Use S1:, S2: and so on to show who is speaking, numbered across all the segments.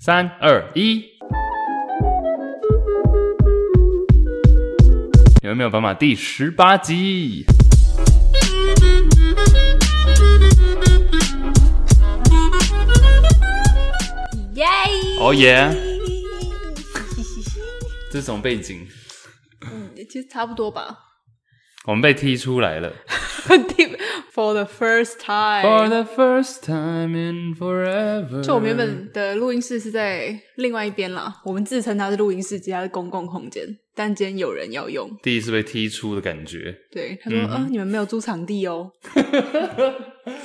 S1: 三二一，有没有斑马第十八集？
S2: 耶！
S1: 哦耶！这是什么背景？
S2: 嗯，其实差不多 吧。
S1: 我们被踢出来了。
S2: For the first
S1: For
S2: time，
S1: the first time in forever。
S2: 就我们原本的录音室是在另外一边啦，我们自称它是录音室，其实它是公共空间，但今天有人要用。
S1: 第一次被踢出的感觉。
S2: 对，他说：“嗯、你们没有租场地 哦。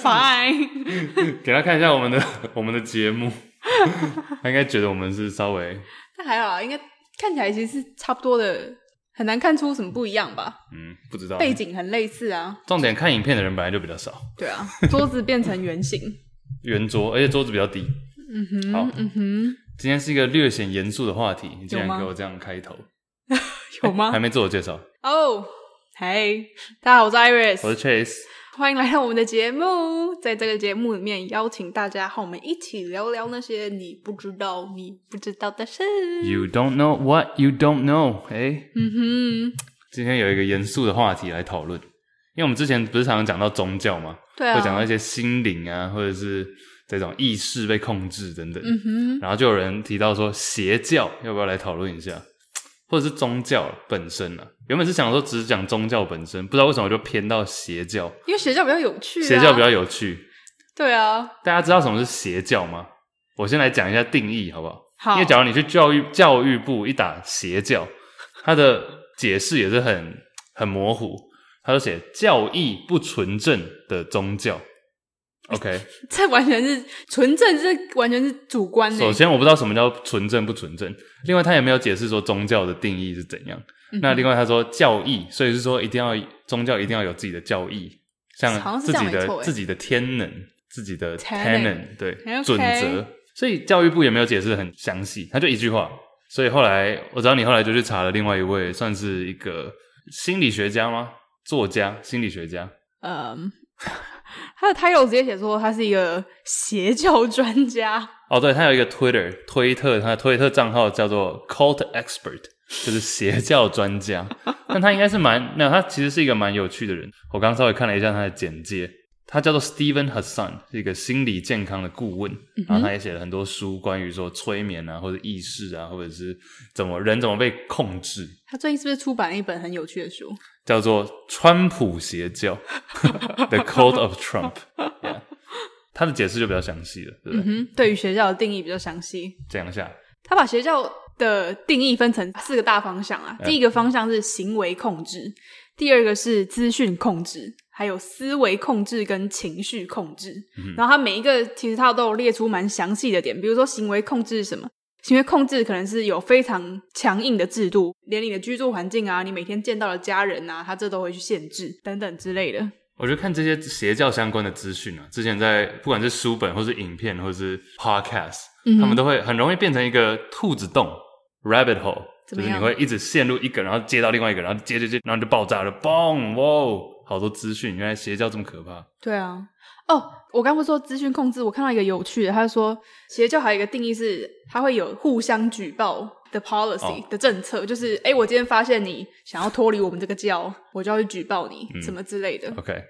S2: ”Fine，
S1: 给他看一下我们的 我们的节目，他应该觉得我们是稍微
S2: 但还好啊，应该看起来其实是差不多的，很难看出什么不一样吧？
S1: 嗯不知道
S2: 背。景很类似啊，
S1: 重点看影片的人本来就比较少，
S2: 对啊，桌子变成圆 形，
S1: 圆桌，而且桌子比较低。
S2: 嗯哼，
S1: 好
S2: 嗯哼，
S1: 今天是一个略显严肃的话题，你竟
S2: 有
S1: 然
S2: 吗
S1: 给我这样开头，
S2: 有吗
S1: 还？没自我介绍。
S2: 哦，嘿，大家好，我是 Iris，
S1: 我是 Chase，
S2: 欢迎来到我们的节目。在这个节目里面，邀请大家和我们一起聊聊那些你不知道、你不知道的事。
S1: You don't know what you don't know。哎，
S2: 嗯哼，
S1: 今天有一个严肃的话题来讨论，因为我们之前不是常常讲到宗教嘛，
S2: 对啊，
S1: 会讲到一些心灵啊，或者是这种意识被控制等等。
S2: 嗯哼，
S1: 然后就有人提到说邪教要不要来讨论一下，或者是宗教本身啊。原本是想说只讲宗教本身，不知道为什么就偏到邪教，
S2: 因为邪教比较有趣、啊，
S1: 邪教比较有趣。
S2: 对啊，
S1: 大家知道什么是邪教吗？我先来讲一下定义好不好？
S2: 好
S1: 因为假如你去教育教育部一打邪教，它的解释也是很很模糊，它就写教义不纯正的宗教。OK，
S2: 这完全是纯正，这完全是主观的
S1: 首。先我不知道什么叫纯正不纯正，另外他也没有解释说宗教的定义是怎样。
S2: 嗯哼
S1: 那另外他说教义，所以是说一定要宗教一定要有自己的教义，像
S2: 好像是
S1: 自
S2: 这样
S1: 己的
S2: 没错欸
S1: 自己的天能、自己的
S2: Tenet
S1: tenon 对
S2: OK
S1: 准则。所以教育部也没有解释得很详细，他就一句话。所以后来我知道你后来就去查了另外一位算是一个心理学家吗？作家、心理学家，
S2: 嗯， 他的 title 直接写说他是一个邪教专家。
S1: 哦，对，他有一个 Twitter 推特，他的推特账号叫做 Cult Expert，就是邪教专家。但他应该是蛮，没有，他其实是一个蛮有趣的人。我刚稍微看了一下他的简介，他叫做 Steven Hassan，是一个心理健康的顾问。
S2: 嗯
S1: 然后他也写了很多书，关于说催眠啊，或者意识啊，或者是怎么人怎么被控制，
S2: 他最近是不是出版了一本很有趣的书？
S1: 叫做川普邪教 The Cult of Trump。Yeah. 他的解释就比较详细了，对不对？
S2: 嗯哼，对于邪教的定义比较详细。
S1: 讲一下，
S2: 他把邪教的定义分成四个大方向啊。第一个方向是行为控制，第二个是资讯控制，还有思维控制跟情绪控制。然后他每一个其实他都有列出蛮详细的点，比如说行为控制是什么。行为控制可能是有非常强硬的制度，连你的居住环境啊，你每天见到的家人啊，他这都会去限制等等之类的。
S1: 我觉得看这些邪教相关的资讯啊，之前在不管是书本或是影片或是 podcast，、
S2: 嗯哼
S1: 他们都会很容易变成一个兔子洞 rabbit hole，就
S2: 怎
S1: 是
S2: 么
S1: 你
S2: 样
S1: 会一直陷入一个，然后接到另外一个，然后接接接，然后就爆炸了，嘣，哇哦，好多资讯，原来邪教这么可怕。
S2: 对啊，哦，我刚不是说资讯控制，我看到一个有趣的，他说邪教还有一个定义是，它会有互相举报的 policy、
S1: 哦
S2: 的政策，就是哎，诶我今天发现你想要脱离我们这个教，我就要去举报你，
S1: 嗯
S2: 什么之类的。
S1: OK，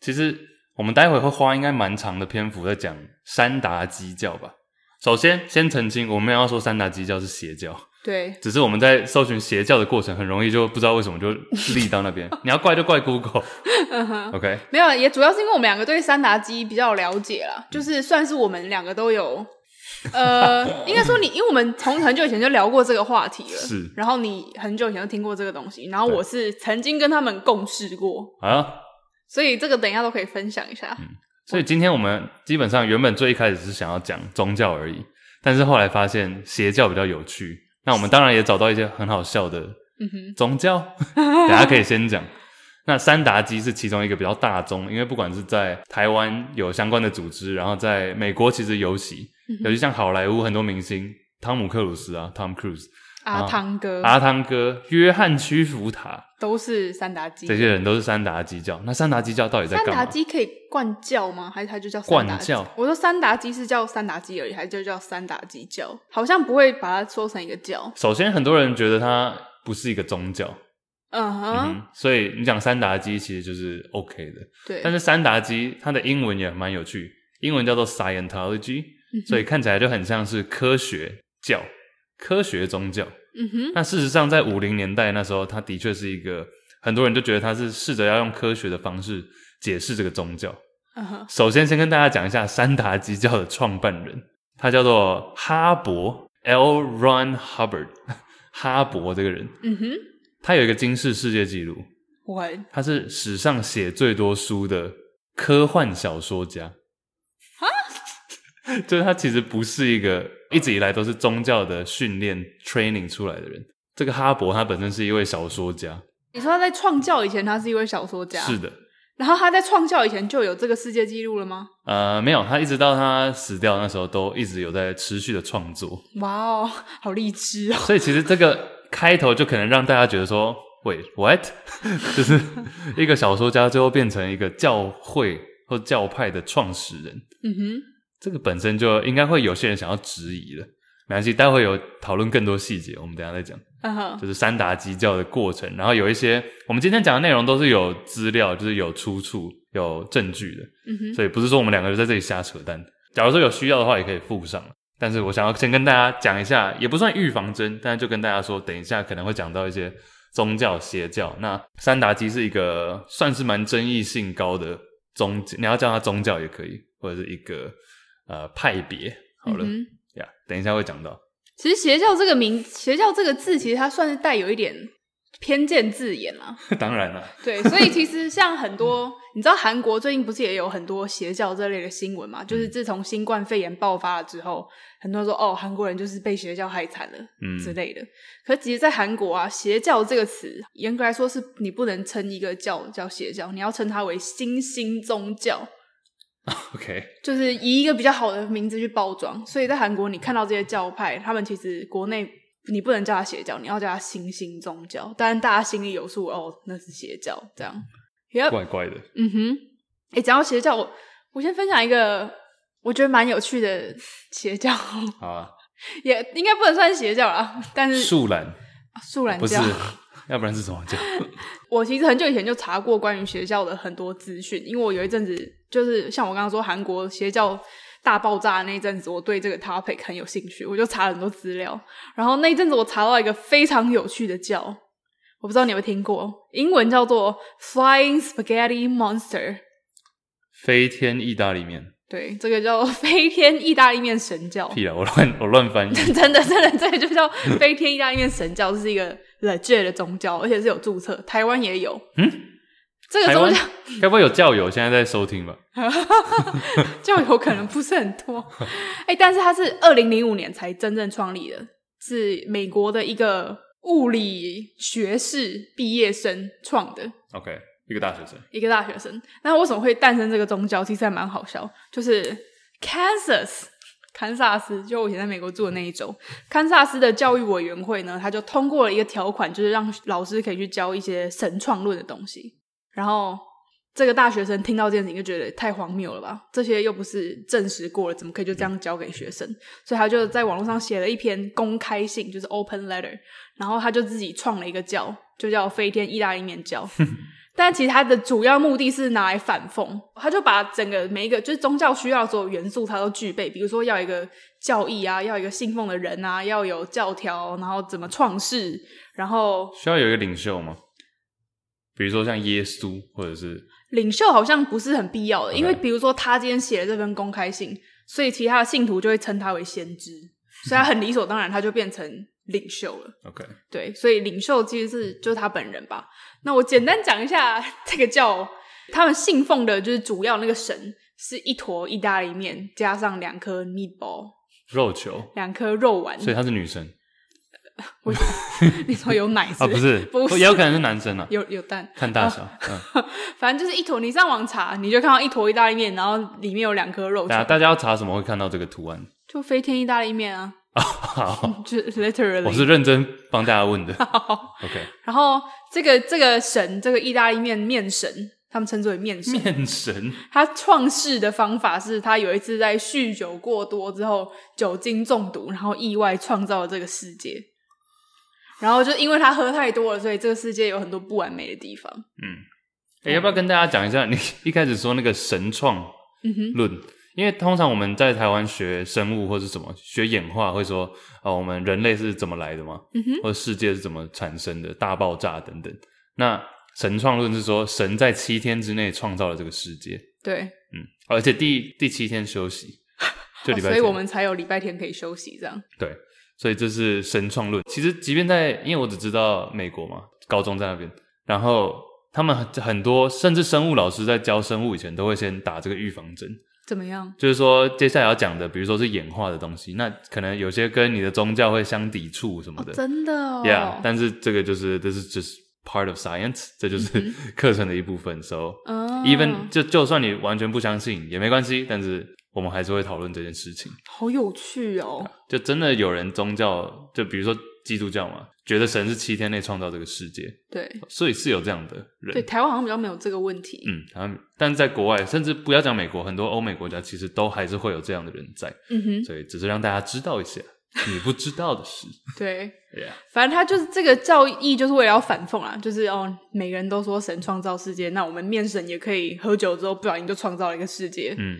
S1: 其实我们待会会花应该蛮长的篇幅在讲山达基教吧。首先，先澄清，我们要说山达基教是邪教。
S2: 对，
S1: 只是我们在搜寻邪教的过程，很容易就不知道为什么就立到那 边。你要怪就怪 Google。OK，
S2: 嗯没有，啊也主要是因为我们两个对三达基比较了解啦，
S1: 嗯
S2: 就是算是我们两个都有。呃，应该说你，因为我们从很久以前就聊过这个话题了，
S1: 是
S2: 然后你很久以前就听过这个东西，然后
S1: 对
S2: 我是曾经跟他们共事过，
S1: 啊，
S2: 所以这个等一下都可以分享一下。
S1: 所以今天我们基本上原本最一开始是想要讲宗教而已，但是后来发现邪教比较有趣。那我们当然也找到一些很好笑的
S2: 嗯哼，
S1: 宗教， 等一下可以先讲。那三达基是其中一个比较大宗，因为不管是在台湾有相关的组织，然后在美国其实尤其，
S2: 嗯
S1: 尤其像好莱坞很多明星，汤姆克鲁斯啊，Tom Cruise、啊
S2: 阿汤哥
S1: 阿汤哥、约翰屈服塔
S2: 都是三达基
S1: 这。些人都是三达基教。那三达基教到底在
S2: 三
S1: 干
S2: 达
S1: 嘛？
S2: 基可以灌教吗？还是它就叫三
S1: 灌
S2: 达基
S1: 教？
S2: 我说三达基是叫三达基而已，还是就叫三达基教？好像不会把它说成一个教。
S1: 首先，很多人觉得它不是一个宗教，
S2: 嗯哼，
S1: 嗯哼，所以你讲三达基其实就是 OK 的。
S2: 对。
S1: 但是三达基它的英文也蛮有趣，英文叫做 Scientology，所
S2: 嗯
S1: 以看起来就很像是科学教、科学宗教。
S2: 嗯哼，
S1: 那事实上，在五零年代那时候，它的确是一个很多人就觉得它是试着要用科学的方式解释这个宗教。
S2: 嗯哼，
S1: 首先，先跟大家讲一下三达基教的创办人，他叫做哈勃 L. Ron Hubbard，哈勃这个人，
S2: 嗯哼，
S1: 他有一个金氏世界纪录，
S2: 我
S1: 他是史上写最多书的科幻小说家。 就是他其实不是一个一直以来都是宗教的训练 training 出来的人。这个哈勃他本身是一位小说家，
S2: 你说他在创教以前，他是一位小说家，
S1: 是。的，
S2: 然后他在创教以前就有这个世界纪录了吗？
S1: 呃，没有，他一直到他死掉那时候都一直有在持续的创作，
S2: 哇哦， 好励志哦！
S1: 所以其实这个开头就可能让大家觉得说，喂，what？就是 一个小说家最后变成一个教会或教派的创始人，
S2: 嗯哼，
S1: 这个本身就应该会有些人想要质疑了。没关系，待会有讨论更多细节，我们等一下再讲。
S2: 嗯哼，
S1: 就是三达基教的过程，然后有一些我们今天讲的内容都是有资料，就是有出处、有证据的，
S2: 嗯哼，
S1: 所以不是说我们两个人在这里瞎扯淡。假如说有需要的话，也可以附上。但是我想要先跟大家讲一下，也不算预防针，但是就跟大家说，等一下可能会讲到一些宗教、邪教。那三达基是一个算是蛮争议性高的宗，你要叫它宗教也可以，或者是一个呃派别。好了呀
S2: 嗯哼
S1: 等一下会讲到。
S2: 其实邪教这个名，邪教这个字，其实它算是带有一点偏见字眼啦。
S1: 当然了，
S2: 对，所以其实像很多，你知道韩国最近不是也有很多邪教这类的新闻嘛？就是自从新冠肺炎爆发了之后，很多人说哦，韩国人就是被邪教害惨了，
S1: 嗯
S2: 之类的。可其实，在韩国啊，邪教这个词，严格来说是你不能称一个教叫邪教，你要称它为新兴宗教，
S1: ，OK，
S2: 就是以一个比较好的名字去包装。所以在韩国，你看到这些教派，他们其实国内。你不能叫它邪教，你要叫它新兴宗教。当然，大家心里有数哦，那是邪教这样。Yep
S1: 怪怪的，
S2: 嗯哼，哎、讲到邪教，我我先分享一个我觉得蛮有趣的邪教，
S1: 好啊。
S2: 也应该不能算邪教啦，但是啊
S1: 树懒
S2: 素然
S1: 不是
S2: 嗯教。，
S1: 要不然是什么教？
S2: 我其实很久以前就查过关于邪教的很多资讯，因为我有一阵子就是像我刚刚说韩国邪教大爆炸的那一阵子，我对这个 topic 很有兴趣，我就查了很多资料。然后那一阵子我查到一个非常有趣的教，我不知道你有没有听过，英文叫做 Flying Spaghetti Monster。
S1: 飞天意大利面？
S2: 对，这个叫 飞天意大利面神教。
S1: 屁啦，我乱我乱翻译。
S2: 真的，真的，这个就叫飞天意大利面神教，这是一个 legit 的宗教，而且是有注册，台湾也有。
S1: 嗯，
S2: 这个
S1: 台
S2: 宗
S1: 湾
S2: 教
S1: 该不会有教友现在在收听吧？
S2: 就有可能不是很多，哎、但是它是二零零五年才真正创立的，是美国的一个物理学士毕业生创的。
S1: ？OK，一个大学生，
S2: 一个大学生。那为什么会诞生这个宗教？其实还蛮好笑，就是 Kansas 堪萨斯，就我以前在美国住的那一州，堪萨斯的教育委员会呢，他就通过了一个条款，就是让老师可以去教一些神创论的东西。然后这个大学生听到这件事情就觉得太荒谬了吧？这些又不是证实过了，怎么可以就这样教给学生？所以他就在网络上写了一篇公开信，就是 open letter，然后他就自己创了一个教，就叫飞天意大利面教。但其实它的主要目的是拿来反讽，他就把整个每一个就是宗教需要的所有元素，它都具备，比如说要一个教义啊，要一个信奉的人啊，要有教条，然后怎么创世，然后
S1: 需要有一个领袖吗？比如说像耶稣，或者是
S2: 领袖好像不是很必要的，因为
S1: OK
S2: 比如说他今天写了这份公开信，所以其他的信徒就会称他为先知，所以他很理所当然，他就变成领袖了。
S1: OK，
S2: 对，所以领袖其实是就是他本人吧。那我简单讲一下这个教他们信奉的就是主要那个神是一坨意大利面加上两颗 meatball，
S1: 肉球，
S2: 两颗肉丸。
S1: 所以她是女
S2: 嗯
S1: 生
S2: 我你说有奶是
S1: 啊，不是，
S2: 不是哦
S1: 也有可能是男 生啊，
S2: 有有蛋，
S1: 看大小。嗯，
S2: 反正就是一坨。你上网查，你就看到一坨意大利面，然后里面有两颗肉
S1: 大家
S2: 球，
S1: 大家要查什么会看到这个图 案？
S2: 就飞天意大利面啊，
S1: 好，
S2: 就是 literally。
S1: 哦我是认真帮大家问的。OK，
S2: 然后这个这个神，这个意大利面面神，他们称之为面神。
S1: 面神
S2: 他创世的方法是他有一次在酗酒过多之后，酒精中毒，然后意外创造了这个世界。然后就因为他喝太多了，所以这个世界有很多不完美的地方。
S1: 欸，要不要跟大家讲一下？你一开始说那个神创
S2: 嗯哼，
S1: 论，因为通常我们在台湾学生物或是什么学演化，会说哦，我们人类是怎么来的嘛，
S2: 嗯哼
S1: 或者世界是怎么产生的，大爆炸等等。那神创论是说神在七天之内创造了这个世界，
S2: 对，
S1: 嗯，而且第第七天休 息，就
S2: 哦
S1: 礼拜天、
S2: 所以我们才有礼拜天可以休息这样。
S1: 对，所以这是神创论。其实，即便在因为我只知道美国嘛，高中在那边，然后他们很很多甚至生物老师在教生物以前都会先打这个预防针，
S2: 怎么样？
S1: 就是说接下来要讲的，比如说是演化的东西，那可能有些跟你的宗教会相抵触什么
S2: 哦
S1: 的、，
S2: 真的哦
S1: yeah。但是这个就是这是 just part of science，这就是课程的一部分。So
S2: 嗯
S1: even 就就算你完全不相信也没关系，但是我们还是会讨论这件事情。
S2: 好有趣哦。
S1: 就真的有人宗教，就比如说基督教嘛，觉得神是七天内创造这个世界，
S2: 对
S1: 所以是有这样的人。
S2: 对，台湾好像比较没有这个问题。
S1: 嗯，然后但是在国外，甚至不要讲美国，很多欧美国家其实都还是会有这样的人在，
S2: 嗯哼，
S1: 所以只是让大家知道一下你不知道的事。哎
S2: 对。
S1: Yeah，
S2: 反正他就是这个教义，就是为了要反讽啦，就是哦，每个人都说神创造世界，那我们面神也可以喝酒之后不小心就创造了一个世界，
S1: 嗯，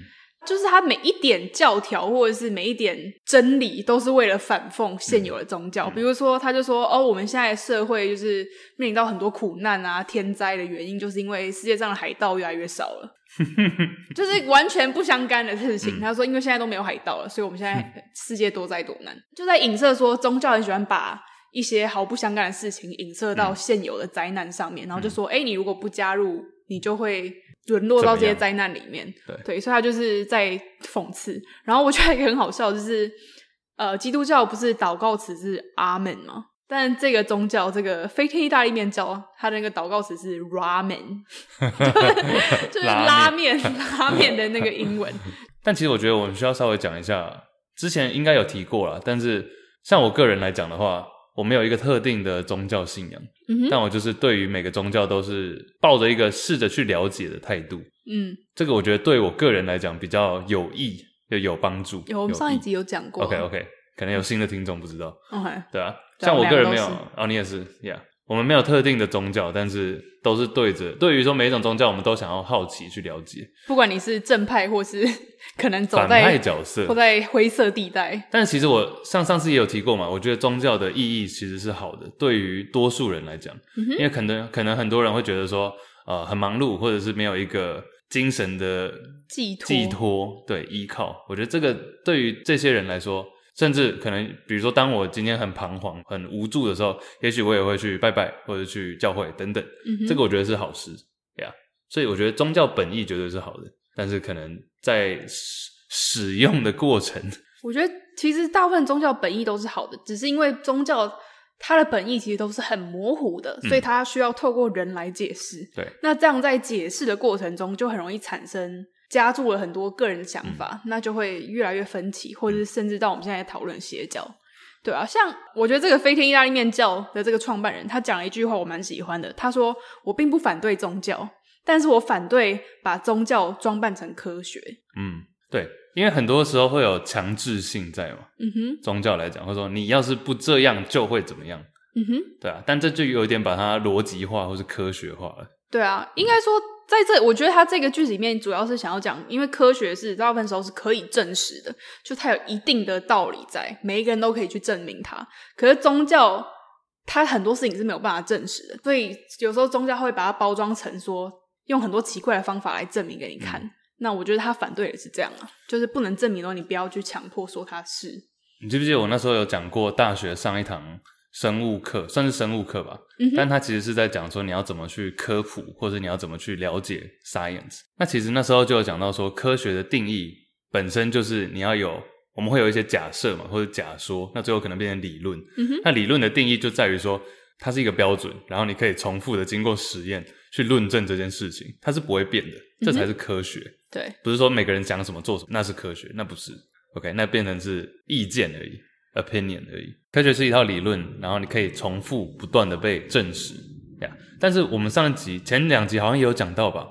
S2: 就是他每一点教条或者是每一点真理，都是为了反讽现有的宗教。比如说，他就说哦，我们现在的社会就是面临到很多苦难啊、天灾的原因，就是因为世界上的海盗越来越少了。就是完全不相干的事
S1: 嗯
S2: 情。他说，因为现在都没有海盗了，所以我们现在世界多灾多难，就在影射说宗教很喜欢把一些毫不相干的事情影射
S1: 嗯
S2: 到现有的灾难上面，然后就说，哎、你如果不加入，你就会沦落到这些灾难里面。
S1: 怎么样
S2: 对，所以他就是在讽刺。然后我觉得一个很好笑，就是呃，基督教不是祷告词是阿门吗？但这个宗教，这个飞天意大利面教，它的那个祷告词是 ramen，就是拉
S1: 拉
S2: 面拉面的那个 英文。
S1: 但其实我觉得我们需要稍微讲一下，之前应该有提过了，但是像我个人来讲的话，我没有一个特定的宗教信仰，
S2: 嗯哼，
S1: 但我就是对于每个宗教都是抱着一个试着去了解的态度。
S2: 嗯，
S1: 这个我觉得对我个人来讲比较有益，就有帮助。
S2: 有我们上一集有讲过。
S1: OK 哦 OK，可能有新的听众不知道，
S2: OK
S1: 对啊，
S2: 对啊
S1: 像我个人没有
S2: 我们两，
S1: 哦，你也是，Yeah，我们没有特定的宗教，但是都是对着对于说每一种宗教，我们都想要好奇去了解
S2: 不管你是正派或是 可能走
S1: 反派
S2: 在
S1: 角色
S2: 或。在灰色地带，
S1: 但其实我上上次也有提过嘛，我觉得宗教的意义其实是好的，对于多数人来讲，
S2: 嗯哼
S1: 因为可能可能很多人会觉得说，呃，很忙碌，或者是没有一个精神的
S2: 寄托
S1: 寄托，对，依靠。我觉得这个对于这些人来说，甚至可能，比如说，当我今天很彷徨、很无助的时候，也许我也会去拜拜或者去教会等等。
S2: 嗯哼
S1: 这个我觉得是好事呀。所以我觉得宗教本意绝对是好的，但是可能在使使用的过程，
S2: 我觉得其实大部分宗教本意都是好的，只是因为宗教它的本意其实都是很模糊的，所以它需要透过人来解释。
S1: 对
S2: 那这样在解释的过程中，就很容易产生加注了很多个人想法，那就会越来越分歧，或者是甚至到我们现在讨论邪教。对啊，像我觉得这个飞天意大利面教的这个创办人，他讲了一句话我蛮喜欢的。他说：“我并不反对宗教，但是我反对把宗教装扮成科学。
S1: 嗯，对，因为很多时候会有强制性在嘛，”
S2: 嗯哼，
S1: 宗教来讲，或者说你要是不这样就会怎么样，
S2: 嗯哼。
S1: 对啊。但这就有点把它逻辑化或是科学化了，
S2: 对啊，应该说在这，我觉得他这个剧里面主要是想要讲，因为科学是大部分时候是可以证实的，就它有一定的道理在，每一个人都可以去证明它。可是宗教，它很多事情是没有办法证实的，所以有时候宗教会把它包装成说，用很多奇怪的方法来证明给你看。
S1: 嗯
S2: 那我觉得他反对的是这样啊，就是不能证明的话，你不要去强迫说它是。
S1: 你记不记得我那时候有讲过，大学上一堂生物课，算是生物课吧。
S2: 嗯哼
S1: 但它其实是在讲说你要怎么去科普，或者你要怎么去了解 science。那其实那时候就有讲到说，科学的定义本身就是你要有，我们会有一些假设嘛，或者假说，那最后可能变成理论。
S2: 嗯哼，
S1: 那理论的定义就在于说，它是一个标准，然后你可以重复的经过实验去论证这件事情，它是不会变的，
S2: 嗯
S1: 这才是科学。
S2: 对，
S1: 不是说每个人讲什么做什么，那是科学，那不是。OK，那变成是意见而已，opinion 而已。科学是一套理论，然后你可以重复不断的被证实呀。但是我们上一集前两集好像也有讲到吧？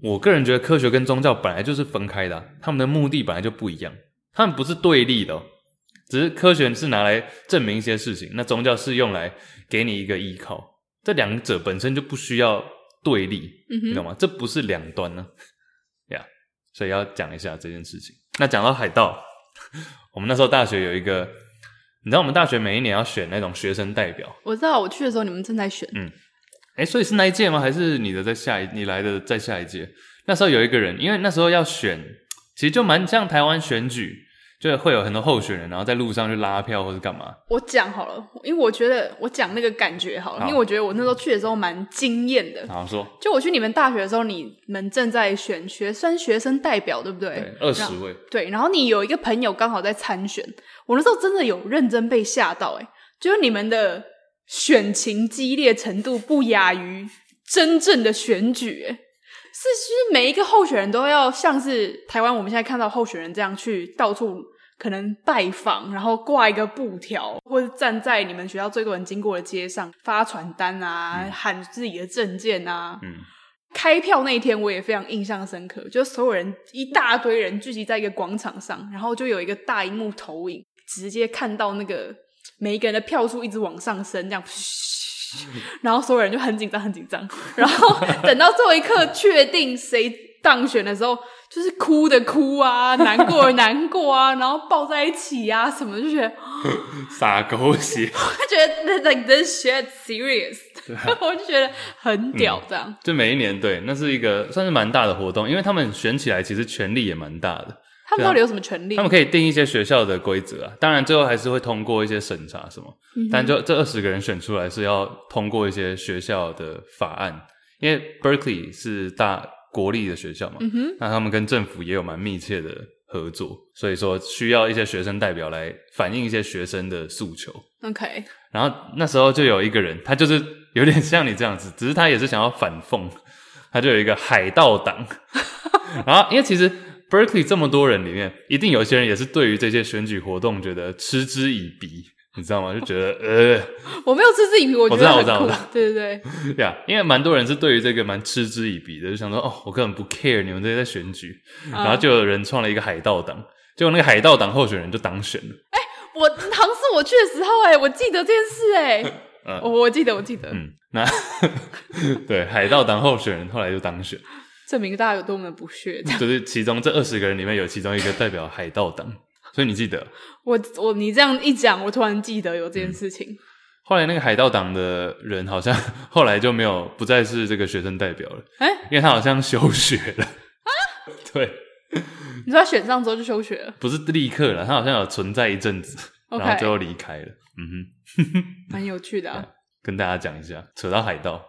S1: 我个人觉得科学跟宗教本来就是分开的啊、他们的目的本来就不一样，他们不是对立的、哦，只是科学是拿来证明一些事情，那宗教是用来给你一个依靠。这两者本身就不需要对立，
S2: 嗯
S1: 你懂
S2: 哼，
S1: 吗？这不是两端呢、 呀、所以要讲一下这件事情。那讲到海盗， 我们那时候大学有一个，你知道我们大学每一年要选那种学生代表，
S2: 我知道我去的时候你们正在选，
S1: 哎、所以是那一届吗？还是你的在下一，你来的在下一届？那时候有一个人，因为那时候要选，其实就蛮像台湾选举，就会有很多候选人，然后在路上去拉票或是干嘛。
S2: 我讲好了，因为我觉得我讲那个感觉好了，
S1: 好
S2: 因为我觉得我那时候去的时候蛮惊艳的。
S1: 然后说，
S2: 就我去你们大学的时候，你们正在选学生学生代表，对不对？
S1: 对，二
S2: 然
S1: 十
S2: 后
S1: 位，
S2: 对，然后你有一个朋友刚好在参选，我那时候真的有认真被吓到、欸，就是你们的选情激烈程度不亚于真正的选举、欸，是就是每一个候选人都要像是台湾我们现在看到候选人这样去到处可能拜访，然后挂一个布条，或者站在你们学校最多人经过的街上发传单啊，喊自己的证件啊，
S1: 嗯，
S2: 开票那一天，我也非常印象深刻，就所有人一大堆人聚集在一个广场上，然后就有一个大荧幕投影，直接看到那个每一个人的票数一直往上升，这 样，嘘然后所有人就很紧张，很紧张， 然后等到最后一刻确定谁当选的时候，就是哭的哭啊，难过的难过啊，然后抱在一起啊，什么就觉得，
S1: 撒狗血。
S2: 他觉得 like this shit serious，我
S1: 啊
S2: 就觉得很屌
S1: 嗯
S2: 这样，
S1: 就每一年对，那是一个算是蛮大的活动，因为他们选起来其实权力也蛮大的，
S2: 他们到底有什么权利
S1: 啊他？们可以定一些学校的规则啊，当然最后还是会通过一些审查什么，
S2: 嗯
S1: 但就这二十个人选出来是要通过一些学校的法案，因为 Berkeley 是大国立的学校嘛，
S2: 嗯哼。
S1: 那他们跟政府也有蛮密切的合作，所以说需要一些学生代表来反映一些学生的诉求。
S2: OK，
S1: 然后那时候就有一个人，他就是有点像你这样子，只是他也是想要反讽，他就有一个海盗党。然后因为其实 Berkeley 这么多人里面，一定有些人也是对于这些选举活动觉得嗤之以鼻，你知道吗？就觉得呃，
S2: 我没有嗤之以鼻，我觉
S1: 知
S2: 得
S1: 道我
S2: 很
S1: 知道
S2: 酷
S1: 我知道。
S2: 对对对，
S1: 对啊，因为蛮多人是对于这个蛮嗤之以鼻的，就想说哦，我根本不 care 你们这些在选举，然后就有人创了一个海盗党，结果那个海盗党候选人就当选了。
S2: 我好像是我去的时候、哎，我记得这件事、哎
S1: 嗯，
S2: 我我记得，我记得，
S1: 嗯，那 对海盗党候选人后来就当选。
S2: 证明大家有多么的不屑。
S1: 就是其中这二十个人里面有其中一个代表海盗党，所以你记得
S2: 我我你这样一讲，我突然记得有这件事情。
S1: 后来那个海盗党的人好像后来就没有不再是这个学生代表了，
S2: 哎、
S1: 因为他好像休学了 啊，对，
S2: 你说他选上之后就休学了
S1: 不是立刻了，他好像有存在一阵子，
S2: OK
S1: 然后最后离开了，嗯哼，
S2: 蛮有趣的、
S1: 嗯
S2: 啊。
S1: 跟大家讲一下，扯到海盗，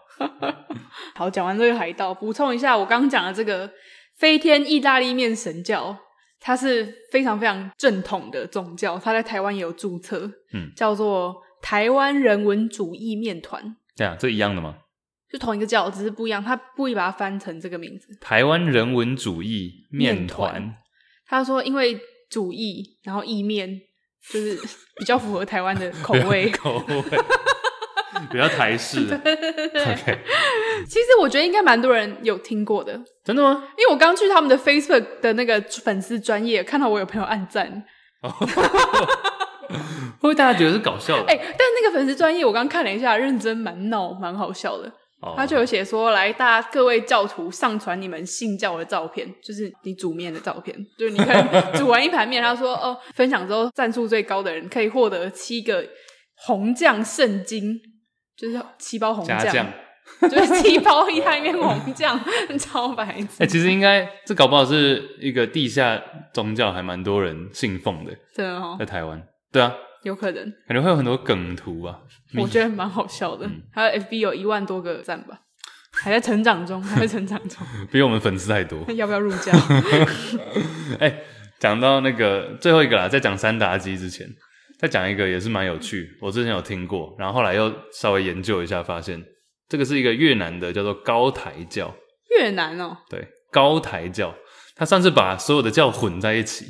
S2: 好，讲完这个海盗，补充一下我刚刚讲的这个飞天意大利面神教，它是非常非常正统的宗教，它在台湾也有注册，
S1: 嗯，
S2: 叫做台湾人文主义面团。
S1: 这样这一样的吗？
S2: 就同一个教，只是不一样。他故意把它翻成这个名字。
S1: 台湾人文主义面团，
S2: 面他说，因为主义，然后意面就是比较符合台湾的口味。
S1: 口 味比较台式，OK，
S2: 其实我觉得应该蛮多人有听过的，因
S1: 真的吗？
S2: 为我刚去他们的 Facebook 的那个粉丝专业，看到我有朋友暗赞。
S1: 会不会大家觉得是搞笑的？
S2: 哎、但那个粉丝专业我刚看了一下，认真蛮闹，蛮好笑的。
S1: 哦
S2: 他就有写说，来大家各位教徒上传你们信教的照片，就是你煮面的照片， 就是你可能煮完一盘面，他说哦，分享之后赞数最高的人可以获得七个红酱圣经，就是七包红
S1: 加
S2: 酱，
S1: 酱。
S2: 就是七包意大利面红 酱，超白
S1: 哎、
S2: 痴，
S1: 其实应该这搞不好是一个地下宗教，还蛮多人信奉的，
S2: 真的哦
S1: 在。台湾。对啊，
S2: 有可能，
S1: 感觉会有很多梗图啊。
S2: 我觉得蛮好笑
S1: 嗯
S2: 的。还有 FB 有一万多个赞吧，还在成长中，还在成长 中。
S1: 比我们粉丝还多。
S2: 要不要入教？
S1: 哎、讲到那个最后一个啦，在讲三达基之前，再讲一个也是蛮有趣，我之前有听过，然后后来又稍微研究一下，发现这个是一个越南的叫做高台教，
S2: 越南哦，
S1: 对，高台教，他上次把所有的教混在一起，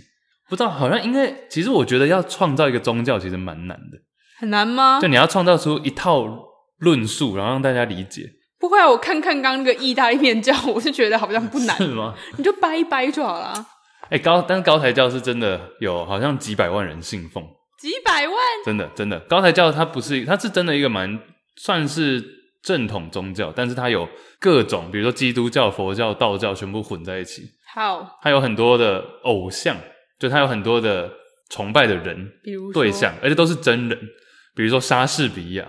S1: 不知道好像应该，其实我觉得要创造一个宗教其实蛮难的，
S2: 很难吗
S1: 就？你要创造出一套论述，然后让大家理解，
S2: 不会啊，我看看刚刚那个意大利面教，我是觉得好像不 难
S1: 是，吗？
S2: 你就掰一掰就好啦。
S1: 哎、高，但是高台教是真的有，好像几百万人信奉。
S2: 几百万，
S1: 真的真的，高台教它不是，它是真的一个蛮算是正统宗教，但是它有各种，比如说基督教、佛教、道教全部混在一起，
S2: 好，
S1: 它有很多的偶像，就它有很多的崇拜的人
S2: 比如说
S1: 对象，而且都是真人，比如说莎士比 亚，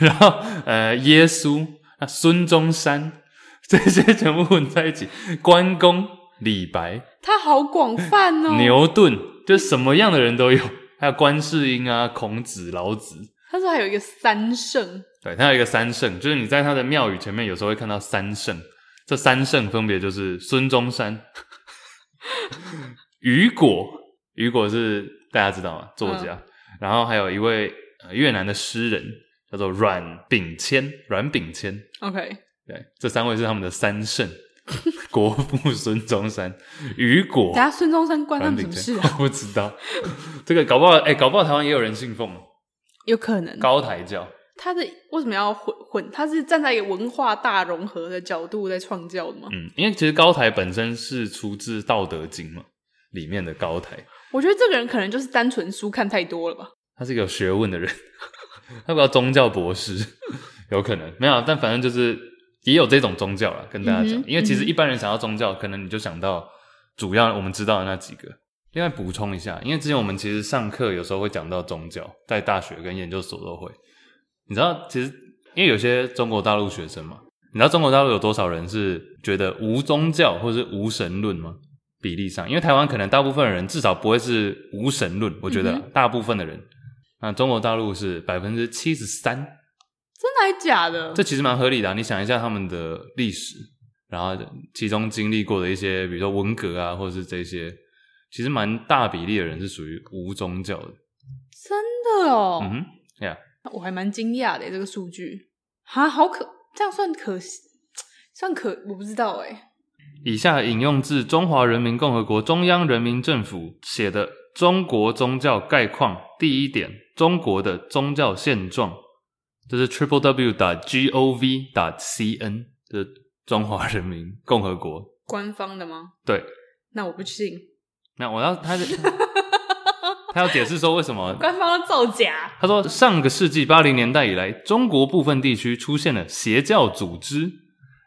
S1: 然后呃耶稣、啊孙中山这些全部混在一起，关公、李白、
S2: 它好广泛哦。
S1: 牛顿，就什么样的人都有，还有观世音啊、孔子、老子。
S2: 他说还有一个三圣，
S1: 对，它有一个三圣，就是你在它的庙宇前面有时候会看到三圣，这三圣分别就是孙中山、 雨果，雨果是大家知道吗？作
S2: 嗯
S1: 家，然后还有一位、呃越南的诗人叫做阮炳谦，阮炳谦，
S2: OK，
S1: 对，这三位是他们的三圣，国父孙中山、雨果
S2: 等、下孙中山关他
S1: 阮
S2: 们什
S1: 炳
S2: 么
S1: 谦
S2: 事啊？，
S1: 我不知道，这个搞不好，哎、搞不好台湾也有人信奉
S2: 有可能
S1: 高台教。
S2: 他的为什么要混混？他是站在一个文化大融合的角度在创教的吗？
S1: 嗯，因为其实高台本身是出自《道德经》嘛，里面的高台，
S2: 我觉得这个人可能就是单纯书看太多了吧。
S1: 他是一个有学问的人， 他不要宗教博士，有可能没有，啊但反正就是也有这种宗教啦，跟大家讲，
S2: 嗯哼
S1: 因为其实一般人想到宗教，可能你就想到主要我们知道的那几个。另外补充一下，因为之前我们其实上课有时候会讲到宗教，在大学跟研究所都会。你知道，其实因为有些中国大陆学生嘛，你知道中国大陆有多少人是觉得无宗教或是无神论吗？比例上，因为台湾可能大部分人至少不会是无神论，我觉得啦
S2: 嗯
S1: 大部分的人，那中国大陆是百分之七十三，
S2: 真的还是假的？
S1: 这其实蛮合理的啊、你想一下他们的历史，然后其中经历过的一些，比如说文革啊，或者是这些，其实蛮大比例的人是属于无宗教的。
S2: 真的哦，
S1: 嗯哼，呀、
S2: 我还蛮惊讶的这个数据，哈，好可，这样算可惜，算可，我不知道哎。
S1: 以下引用自中华人民共和国中央人民政府写的《中国宗教概况》第一点：中国的宗教现状。这是 triple w 打 g o v 打 c n 这是中华人民共和国。
S2: 官方的吗？
S1: 对，
S2: 那我不信，
S1: 那我要他的，他要解释说为什么
S2: 官方要造假。
S1: 他说，上个世纪八零年代以来，中国部分地区出现了邪教组织，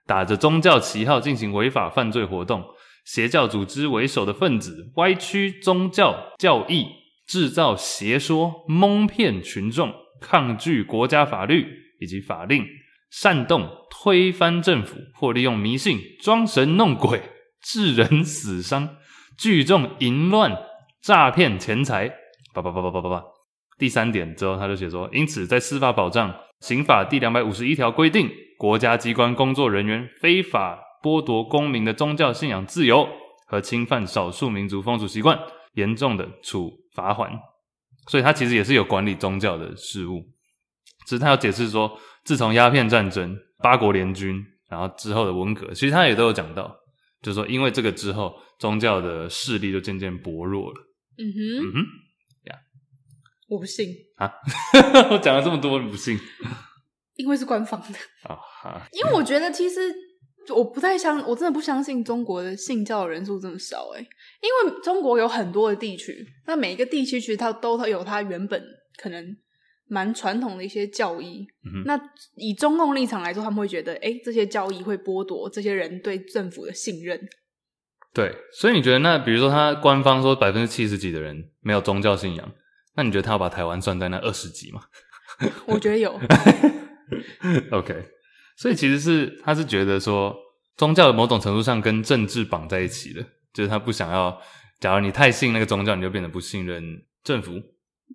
S1: 打着宗教旗号进行违法犯罪活动。邪教组织为首的分子歪曲宗教教义，制造邪说，蒙骗群众，抗拒国家法律以及法令，煽动推翻政府，或利用迷信装神弄鬼，致人死伤，聚众淫乱，诈骗钱财。叭叭叭叭叭叭叭。第三点之后，他就写说，因此在司法保障刑法第两百五十一条规定，国家机关工作人员非法剥夺公民的宗教信仰自由和侵犯少数民族风俗习惯，严重的处罚款。所以他其实也是有管理宗教的事务，只是他要解释说，自从鸦片战争、八国联军，然后之后的文革，其实他也都有讲到，就是说因为这个之后，宗教的势力就渐渐薄弱了。
S2: 嗯哼，
S1: 嗯哼。
S2: 我不信，
S1: 我讲了这么多，你不信
S2: 因为是官方的。
S1: 啊？哈
S2: 因为我觉得其实我不太相，我真的不相信中国的信教人数这么少哎、因为中国有很多的地区，那每一个地区其实它都有它原本可能蛮传统的一些教义。
S1: 嗯哼
S2: 那以中共立场来说，他们会觉得，哎、这些教义会剥夺这些人对政府的信任。
S1: 对，所以你觉得那比如说他官方说百分之七十几的人没有宗教信仰，那你觉得他要把台湾算在那二十几吗
S2: 我觉得有，
S1: ？OK，所以其实是他是觉得说宗教某种程度上跟政治绑在一起的，就是他不想要，假如你太信那个宗教，你就变得不信任政府，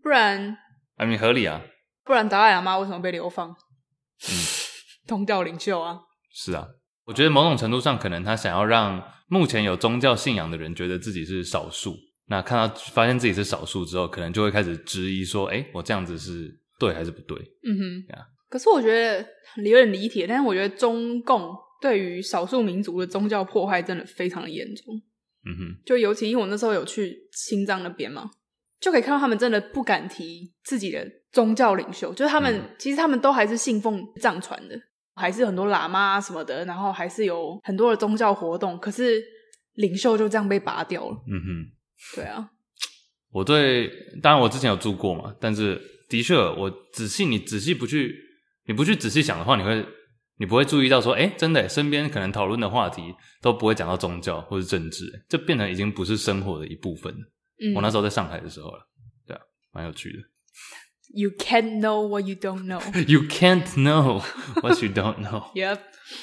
S2: 不然
S1: I mean 合理啊，
S2: 不然达赖喇嘛为什么被流放？
S1: 嗯
S2: 宗教领袖啊，
S1: 是啊，我觉得某种程度上，可能他想要让目前有宗教信仰的人觉得自己是少数。那看到发现自己是少数之后，可能就会开始质疑说：“哎、我这样子是对还是不对
S2: 嗯哼
S1: Yeah。
S2: 可是我觉得有点离题，但是我觉得中共对于少数民族的宗教迫害真的非常的严重。？”
S1: 嗯哼，
S2: 就尤其因为我那时候有去新疆那边嘛，就可以看到他们真的不敢提自己的宗教领袖，就是他们、
S1: 嗯
S2: 其实他们都还是信奉藏传的，还是很多喇嘛啊什么的，然后还是有很多的宗教活动，可是领袖就这样被拔掉了。
S1: 嗯哼。
S2: 对啊，
S1: 我对，当然我之前有住过嘛，但是的确，我仔细你仔细不去，你不去仔细想的话，你会你不会注意到说，哎、真的耶身边可能讨论的话题都不会讲到宗教或是政治，哎这变成已经不是生活的一部分了。
S2: 嗯
S1: 我那时候在上海的时候了，对啊，蛮有趣的。
S2: ，You can't know what you don't know 。。
S1: You can't know what you don't know
S2: yep，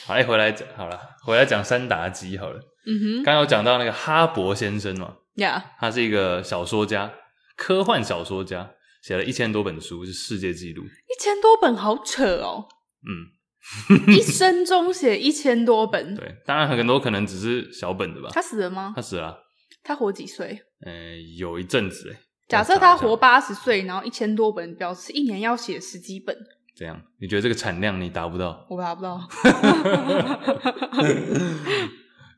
S1: 好，哎、回来讲好了，回来讲三达基好了。
S2: 嗯哼
S1: 刚刚有讲到那个哈勃先生嘛，
S2: ，Yeah，
S1: 他是一个小说家，科幻小说家，写了一千多本书，是世界纪录。
S2: 一千多本好扯哦，
S1: 嗯，
S2: 一生中写一千多本。
S1: 对，当然很多可能只是小本的吧。
S2: 他死了吗
S1: 他？死了啊、
S2: 他活几岁？
S1: 呃，有一阵子哎。
S2: 假设他
S1: 我查一下
S2: 活八十岁，然后一千多本，表示一年要写十几本，
S1: 怎样？你觉得这个产量你达不到？
S2: 我达不到。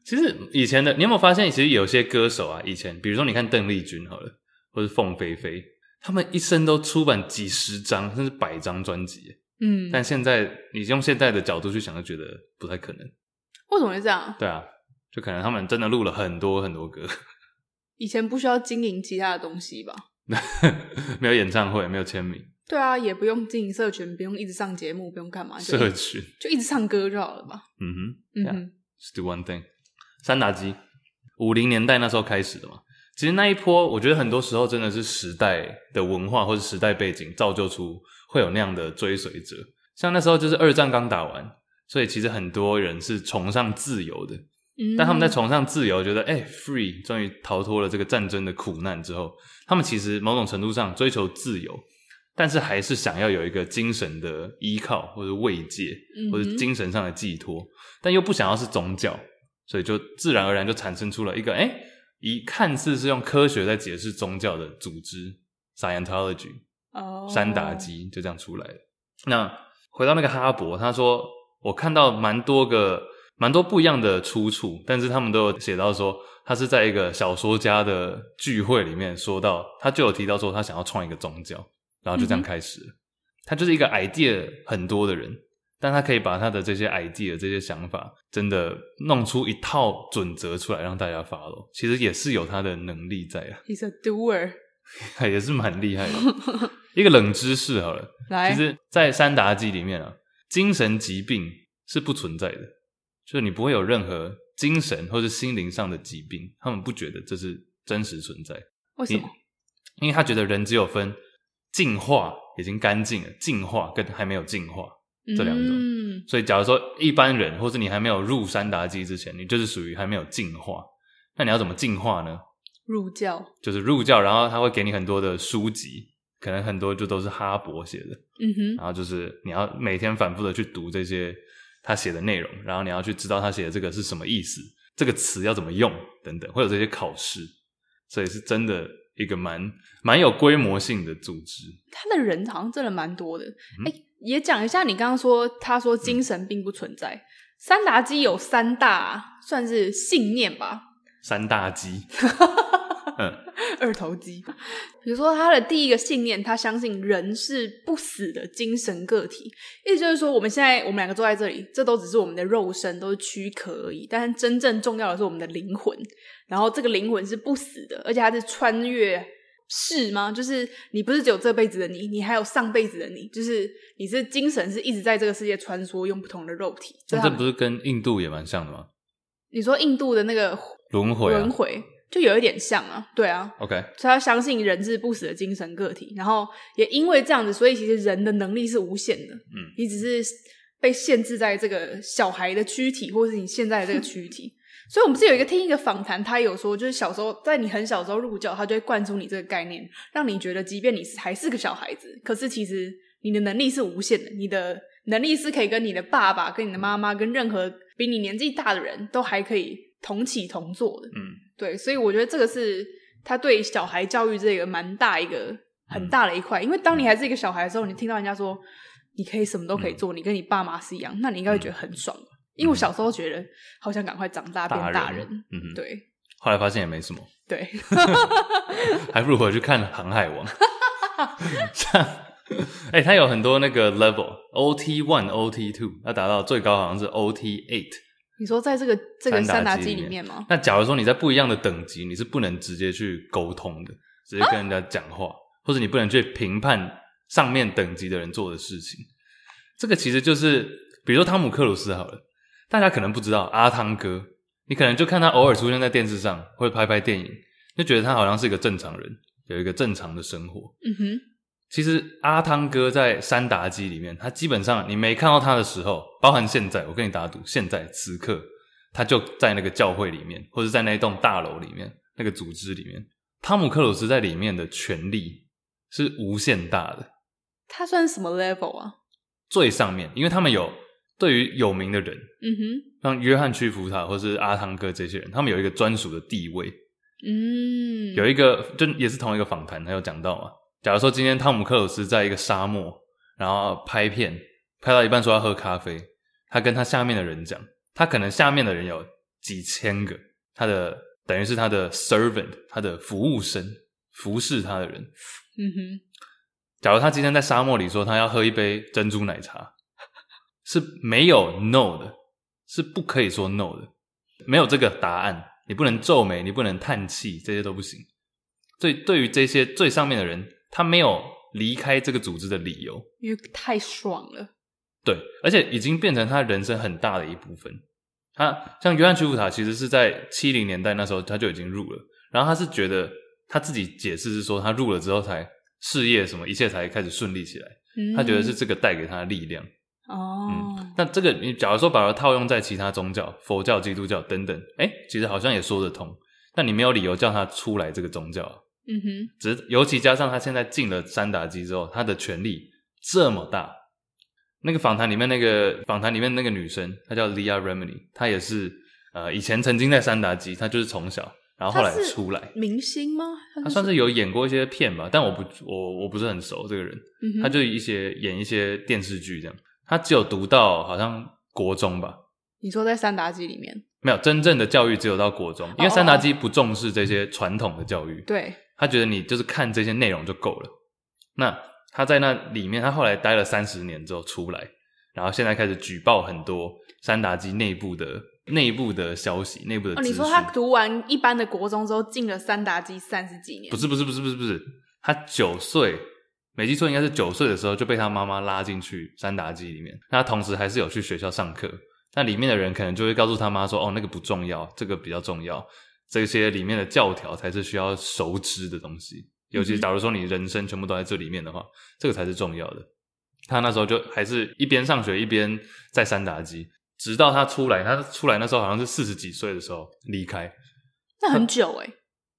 S1: 其实以前的，你有没有发现，其实有些歌手啊，以前比如说你看邓丽君好了，或是凤飞飞，他们一生都出版几十张甚至百张专辑耶，
S2: 嗯，
S1: 但现在你用现在的角度去想，就觉得不太可能。
S2: 为什么会这样？
S1: 对啊，就可能他们真的录了很多很多歌，
S2: 以前不需要经营其他的东西吧？
S1: 没有演唱会，没有签名，
S2: 对啊，也不用经营社群，不用一直上节目，不用干嘛，就
S1: 社群，
S2: 就一直唱歌就好了吧？
S1: 嗯哼。
S2: 嗯
S1: Yeah
S2: 哼，
S1: Just do one thing，三打机，五零年代那时候开始的嘛。其实那一波，我觉得很多时候真的是时代的文化或者时代背景造就出会有那样的追随者。像那时候就是二战刚打完，所以其实很多人是崇尚自由的，
S2: 嗯
S1: 但他们在崇尚自由，觉得哎、free，终于逃脱了这个战争的苦难之后，他们其实某种程度上追求自由，但是还是想要有一个精神的依靠或者慰藉，或
S2: 嗯
S1: 者
S2: 哼
S1: 精神上的寄托，但又不想要是宗教，所以就自然而然就产生出了一个哎、一看似是用科学在解释宗教的组织 Scientology。
S2: 哦
S1: 山打基就这样出来了。那回到那个哈勃，他说我看到蛮多个蛮多不一样的出处，但是他们都有写到说，他是在一个小说家的聚会里面说到，他就有提到说他想要创一个宗教，然后就这样
S2: 嗯哼
S1: 开始了。他就是一个 idea 很多的人，但他可以把他的这些 idea 这些想法，真的弄出一套准则出来让大家 follow。其实也是有他的能力在啊，
S2: ，He's a doer，
S1: 也是蛮厉 害的。一个冷知识好了，
S2: 来
S1: 其，实，在三达基里面啊，精神疾病是不存在的，就是你不会有任何精神或是心灵上的疾病，他们不觉得这是真实存在。
S2: 为什么？
S1: 因为他觉得人只有分进化已经干净了，进化跟还没有进化。这两种
S2: 嗯
S1: 所以，假如说一般人或是你还没有入三达基之前，你就是属于还没有进化。那你要怎么进化呢？
S2: 入教，
S1: 就是入教，然后他会给你很多的书籍，可能很多就都是哈勃写的。
S2: 嗯哼，
S1: 然后就是你要每天反复的去读这些他写的内容，然后你要去知道他写的这个是什么意思，这个词要怎么用等等，会有这些考试，所以是真的一个蛮蛮有规模性的组织。
S2: 他的人好像真的蛮多的。哎、也讲一下你刚刚说，他说精神并不存在。三达基有三大算是信念吧，
S1: 三大鸡，
S2: 二头肌。比如说，他的第一个信念，他相信人是不死的精神个体，意思就是说，我们现在我们两个坐在这里，这都只是我们的肉身，都是躯壳而已。但是真正重要的是我们的灵魂，然后这个灵魂是不死的，而且它是穿越世吗？就是你不是只有这辈子的你，你还有上辈子的你，就是你是精神是一直在这个世界穿梭，用不同的肉体。
S1: 那
S2: 他
S1: 这
S2: 们
S1: 不是跟印度也蛮像的吗？
S2: 你说印度的那个
S1: 轮回啊
S2: 轮回，就有一点像啊，对啊，
S1: ，OK，
S2: 所以他相信人是不死的精神个体，然后也因为这样子，所以其实人的能力是无限的。
S1: 嗯，
S2: 你只是被限制在这个小孩的躯体，或是你现在的这个躯体。所以我们是有一个听一个访谈，他有说，就是小时候在你很小的时候入教，他就会灌输你这个概念，让你觉得即便你是还是个小孩子，可是其实你的能力是无限的，你的能力是可以跟你的爸爸、跟你的妈妈、跟任何比你年纪大的人都还可以同起同坐的。
S1: 嗯，
S2: 对，所以我觉得这个是他对小孩教育这个蛮大一个
S1: 嗯
S2: 很大的一块，因为当你还是一个小孩的时候，你听到人家说你可以什么都可
S1: 嗯
S2: 以做，你跟你爸妈是一样，那你应该会觉得很爽。因为我小时候觉得好想赶快长大变
S1: 大人，
S2: 大
S1: 嗯哼，
S2: 对
S1: 后来发现也没什么，
S2: 对，
S1: 还不如回去看《航海 王》像。哎、它有很多那个 level OT one、OT two，要达到最高好像是 OT eight。
S2: 你说在这个这个
S1: 三
S2: 三
S1: 打
S2: 打
S1: 机
S2: 机
S1: 里
S2: 里
S1: 面
S2: 面吗？
S1: 那假如说你在不一样的等级，你是不能直接去沟通的，直接跟人家讲话，或者你不能去评判上面等级的人做的事情。这个其实就是，比如说汤姆克鲁斯好了，大家可能不知道阿汤哥，你可能就看他偶尔出现在电视上，会拍拍电影，就觉得他好像是一个正常人，有一个正常的生活。
S2: 嗯哼，
S1: 其实阿汤哥在三打机里面，他基本上你没看到他的时候，包含现在，我跟你打赌，现在此刻他就在那个教会里面，或者在那一栋大楼里面，那个组织里面，汤姆克鲁斯在里面的权力是无限大的，
S2: 他算什么 level 啊？
S1: 最上面，因为他们有对于有名的人，
S2: 嗯哼，
S1: 像约翰屈服他或是阿汤哥这些人，他们有一个专属的地位，
S2: 嗯，
S1: 有一个就也是同一个访谈，他有讲到嘛。假如说今天汤姆克鲁斯在一个沙漠，然后拍片，拍到一半说要喝咖啡，他跟他下面的人讲，他可能下面的人有几千个，他的等于是他的 servant，他的服务生，服侍他的人。
S2: 嗯哼，
S1: 假如他今天在沙漠里说他要喝一杯珍珠奶茶， 是没有 no 的，是不可以说 no 的，没有这个答案，你不能皱眉，你不能叹气，这些都不行。所以对于这些最上面的人，他没有离开这个组织的理由，
S2: 因为太爽了。
S1: 对，而且已经变成他人生很大的一部分。他像约翰·屈伏塔，其实是在七零年代那时候他就已经入了，然后他是觉得他自己解释是说，他入了之后才事业什么一切才开始顺利起来。
S2: 嗯、
S1: 他觉得是嗯这个带给他的力量。
S2: 哦，
S1: 那这个你假如说把它套用在其他宗教，佛教、基督教等等，哎、其实好像也说得通。但你没有理由叫他出来这个宗教啊，
S2: 嗯哼，
S1: 只是尤其加上他现在进了三打基之后，他的权力这么大。那个访谈里面那个访谈里面那个女生，她叫 Leah Remini，她也是呃以前曾经在三打基，她就是从小，然后后来
S2: 她是
S1: 出来，
S2: 明星吗？
S1: 她算是有演过一些片吧，但我不我我不是很熟这个人。
S2: 嗯哼
S1: 他就一些演一些电视剧这样。他只有读到好像国中吧，
S2: 你说在三打机里面，
S1: 没有真正的教育只有到国中，因为
S2: 哦
S1: 三达基不重视这些传统的教育，
S2: 对，
S1: 他觉得你就是看这些内容就够了。那他在那里面，他后来待了三十年之后出来，然后现在开始举报很多三达基内部的内部的消息、内部的
S2: 哦，
S1: 资
S2: 你
S1: 讯。
S2: 说他读完一般的国中之后，进了三打机三十几年，
S1: 不是不是不是不是不是，他九岁，没记错应该是九岁的时候就被他妈妈拉进去三打机里面。那他同时还是有去学校上课，那里面的人可能就会告诉他妈说：“哦，那个不重要，这个比较重要，这些里面的教条才是需要熟知的东西。尤其
S2: 嗯哼
S1: 假如说你人生全部都在这里面的话，这个才是重要的。”他那时候就还是一边上学一边在三打机，直到他出来，他出来那时候好像是四十几岁的时候离开。
S2: 那很久哎、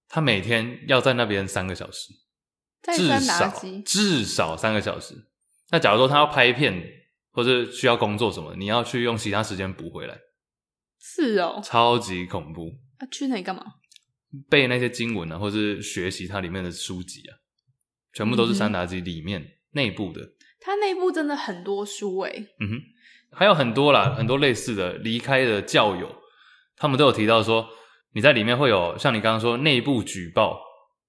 S1: 他每天要在那边三个小时，
S2: 在
S1: 至
S2: 三打
S1: 少
S2: 机，
S1: 至少三个小时。那假如说他要拍片或者需要工作什么的，你要去用其他时间补回来，
S2: 是哦，
S1: 超级恐怖。
S2: 啊、去那里干嘛？
S1: 背那些经文啊，或是学习它里面的书籍啊，全部都是
S2: 嗯哼
S1: 三达基里面内、部的。
S2: 他内部真的很多书哎、
S1: 嗯哼，还有很多啦，很多类似的离开的教友，他们都有提到说，你在里面会有像你刚刚说内部举报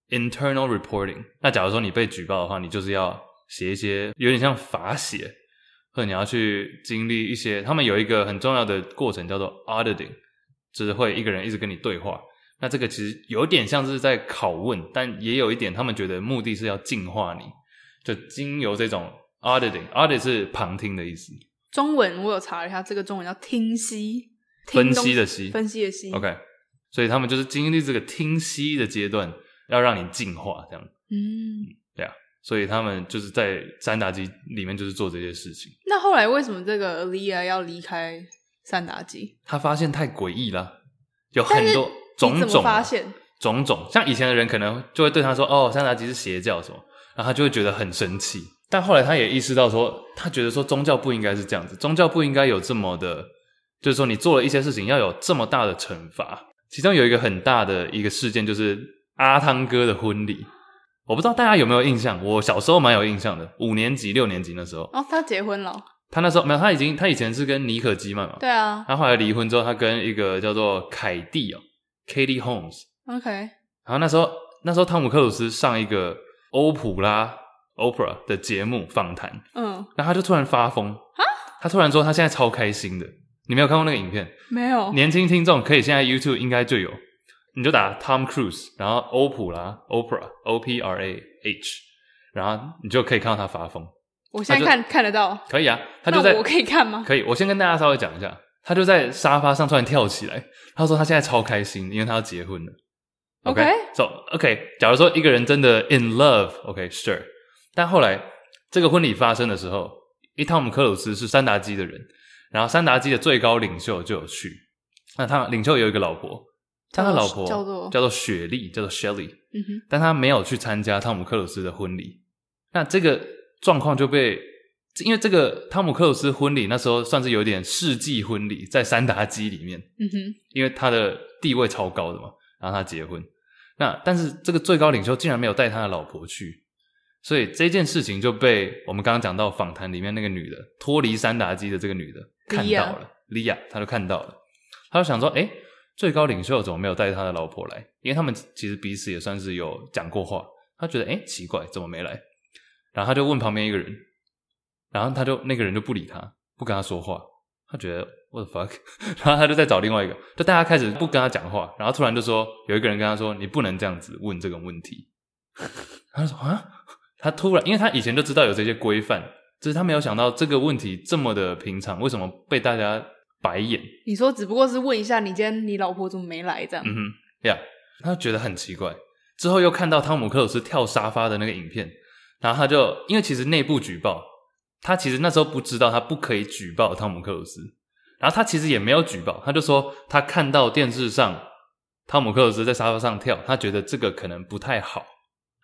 S1: （internal reporting）。那假如说你被举报的话，你就是要写一些有点像罚写，或者你要去经历一些。他们有一个很重要的过程叫做 auditing，就是会一个人一直跟你对话。那这个其实有点像是在拷问，但也有一点，他们觉得目的是要净化你，就经由这种 auditing，audit 是旁听的意思。
S2: 中文我有查了一下，这个中文叫听析，听
S1: 分
S2: 东
S1: 析的析
S2: 分析的析。
S1: OK，所以他们就是经历这个听析的阶段，要让你进化这样。
S2: 嗯，
S1: 所以他们就是在三打机里面就是做这些事情。
S2: 那后来为什么这个 Lia 要离开三打机？
S1: 他发现太诡异啦，有很多种
S2: 你怎么
S1: 种啊
S2: 发现？
S1: 种种，像以前的人可能就会对他说：“哦，三达基是邪教什么”，然后他就会觉得很生气。但后来他也意识到说，他觉得说宗教不应该是这样子，宗教不应该有这么的，就是说你做了一些事情要有这么大的惩罚。其中有一个很大的一个事件就是阿汤哥的婚礼，我不知道大家有没有印象，我小时候蛮有印象的，五年级、六年级那时候，
S2: 哦，他结婚了，
S1: 他那时候没有，他已经他以前是跟妮可基曼嘛，
S2: 对啊
S1: 他后来离婚之后，他跟一个叫做凯蒂哦，Katie Holmes，
S2: ，OK，
S1: 然后那时候那时候汤姆克鲁斯上一个欧普拉 Oprah 的节目访谈，
S2: 嗯，
S1: 然后他就突然发疯，
S2: 啊
S1: 他突然说他现在超开心的。你没有看过那个影片？
S2: 没有，
S1: 年轻听众可以现在 YouTube 应该就有，你就打 Tom Cruise，然后欧普拉 Oprah O P R A H，然后你就可以看到他发疯。
S2: 我现
S1: 他就
S2: 在看看得到，
S1: 可以啊，他就在
S2: 那我可以看吗？
S1: 可以，我先跟大家稍微讲一下，他就在沙发上突然跳起来，他说他现在超开心，因为他要结婚了。
S2: OK
S1: OK，so OK，假如说一个人真的 in love，OK，sure，、但后来这个婚礼发生的时候，因为汤姆克鲁斯是三达基的人，然后三达基的最高领袖就有去，那他领袖有一个老婆，但他老婆
S2: 叫做
S1: 叫做雪莉，叫做 Shelly，
S2: 嗯哼，
S1: 但他没有去参加汤姆克鲁斯的婚礼。那这个状况就被，因为这个汤姆克鲁斯婚礼那时候算是有点世纪婚礼，在三达基里面，
S2: 嗯哼，
S1: 因为他的地位超高的嘛，然后他结婚。那但是这个最高领袖竟然没有带他的老婆去，所以这件事情就被我们刚刚讲到访谈里面那个女的脱离三达基的这个女的看
S2: 莉亚
S1: 到了，莉亚，她就看到了，她就想说，哎，最高领袖怎么没有带他的老婆来？因为他们其实彼此也算是有讲过话，她觉得，哎，奇怪，怎么没来？然后她就问旁边一个人，然后他就那个人就不理他，不跟他说话，他觉得 what the fuck，然后他就再找另外一个，就大家开始不跟他讲话，然后突然就说有一个人跟他说你不能这样子问这个问题， 他就说啊，他突然因为他以前就知道有这些规范，只是他没有想到这个问题这么的平常，为什么被大家白眼？
S2: 你说只不过是问一下，你今天你老婆怎么没来这样？
S1: 嗯哼，呀、他就觉得很奇怪。之后又看到汤姆克鲁斯跳沙发的那个影片，然后他就因为其实内部举报，他其实那时候不知道他不可以举报汤姆克鲁斯，然后他其实也没有举报，他就说他看到电视上汤姆克鲁斯在沙发上跳，他觉得这个可能不太好，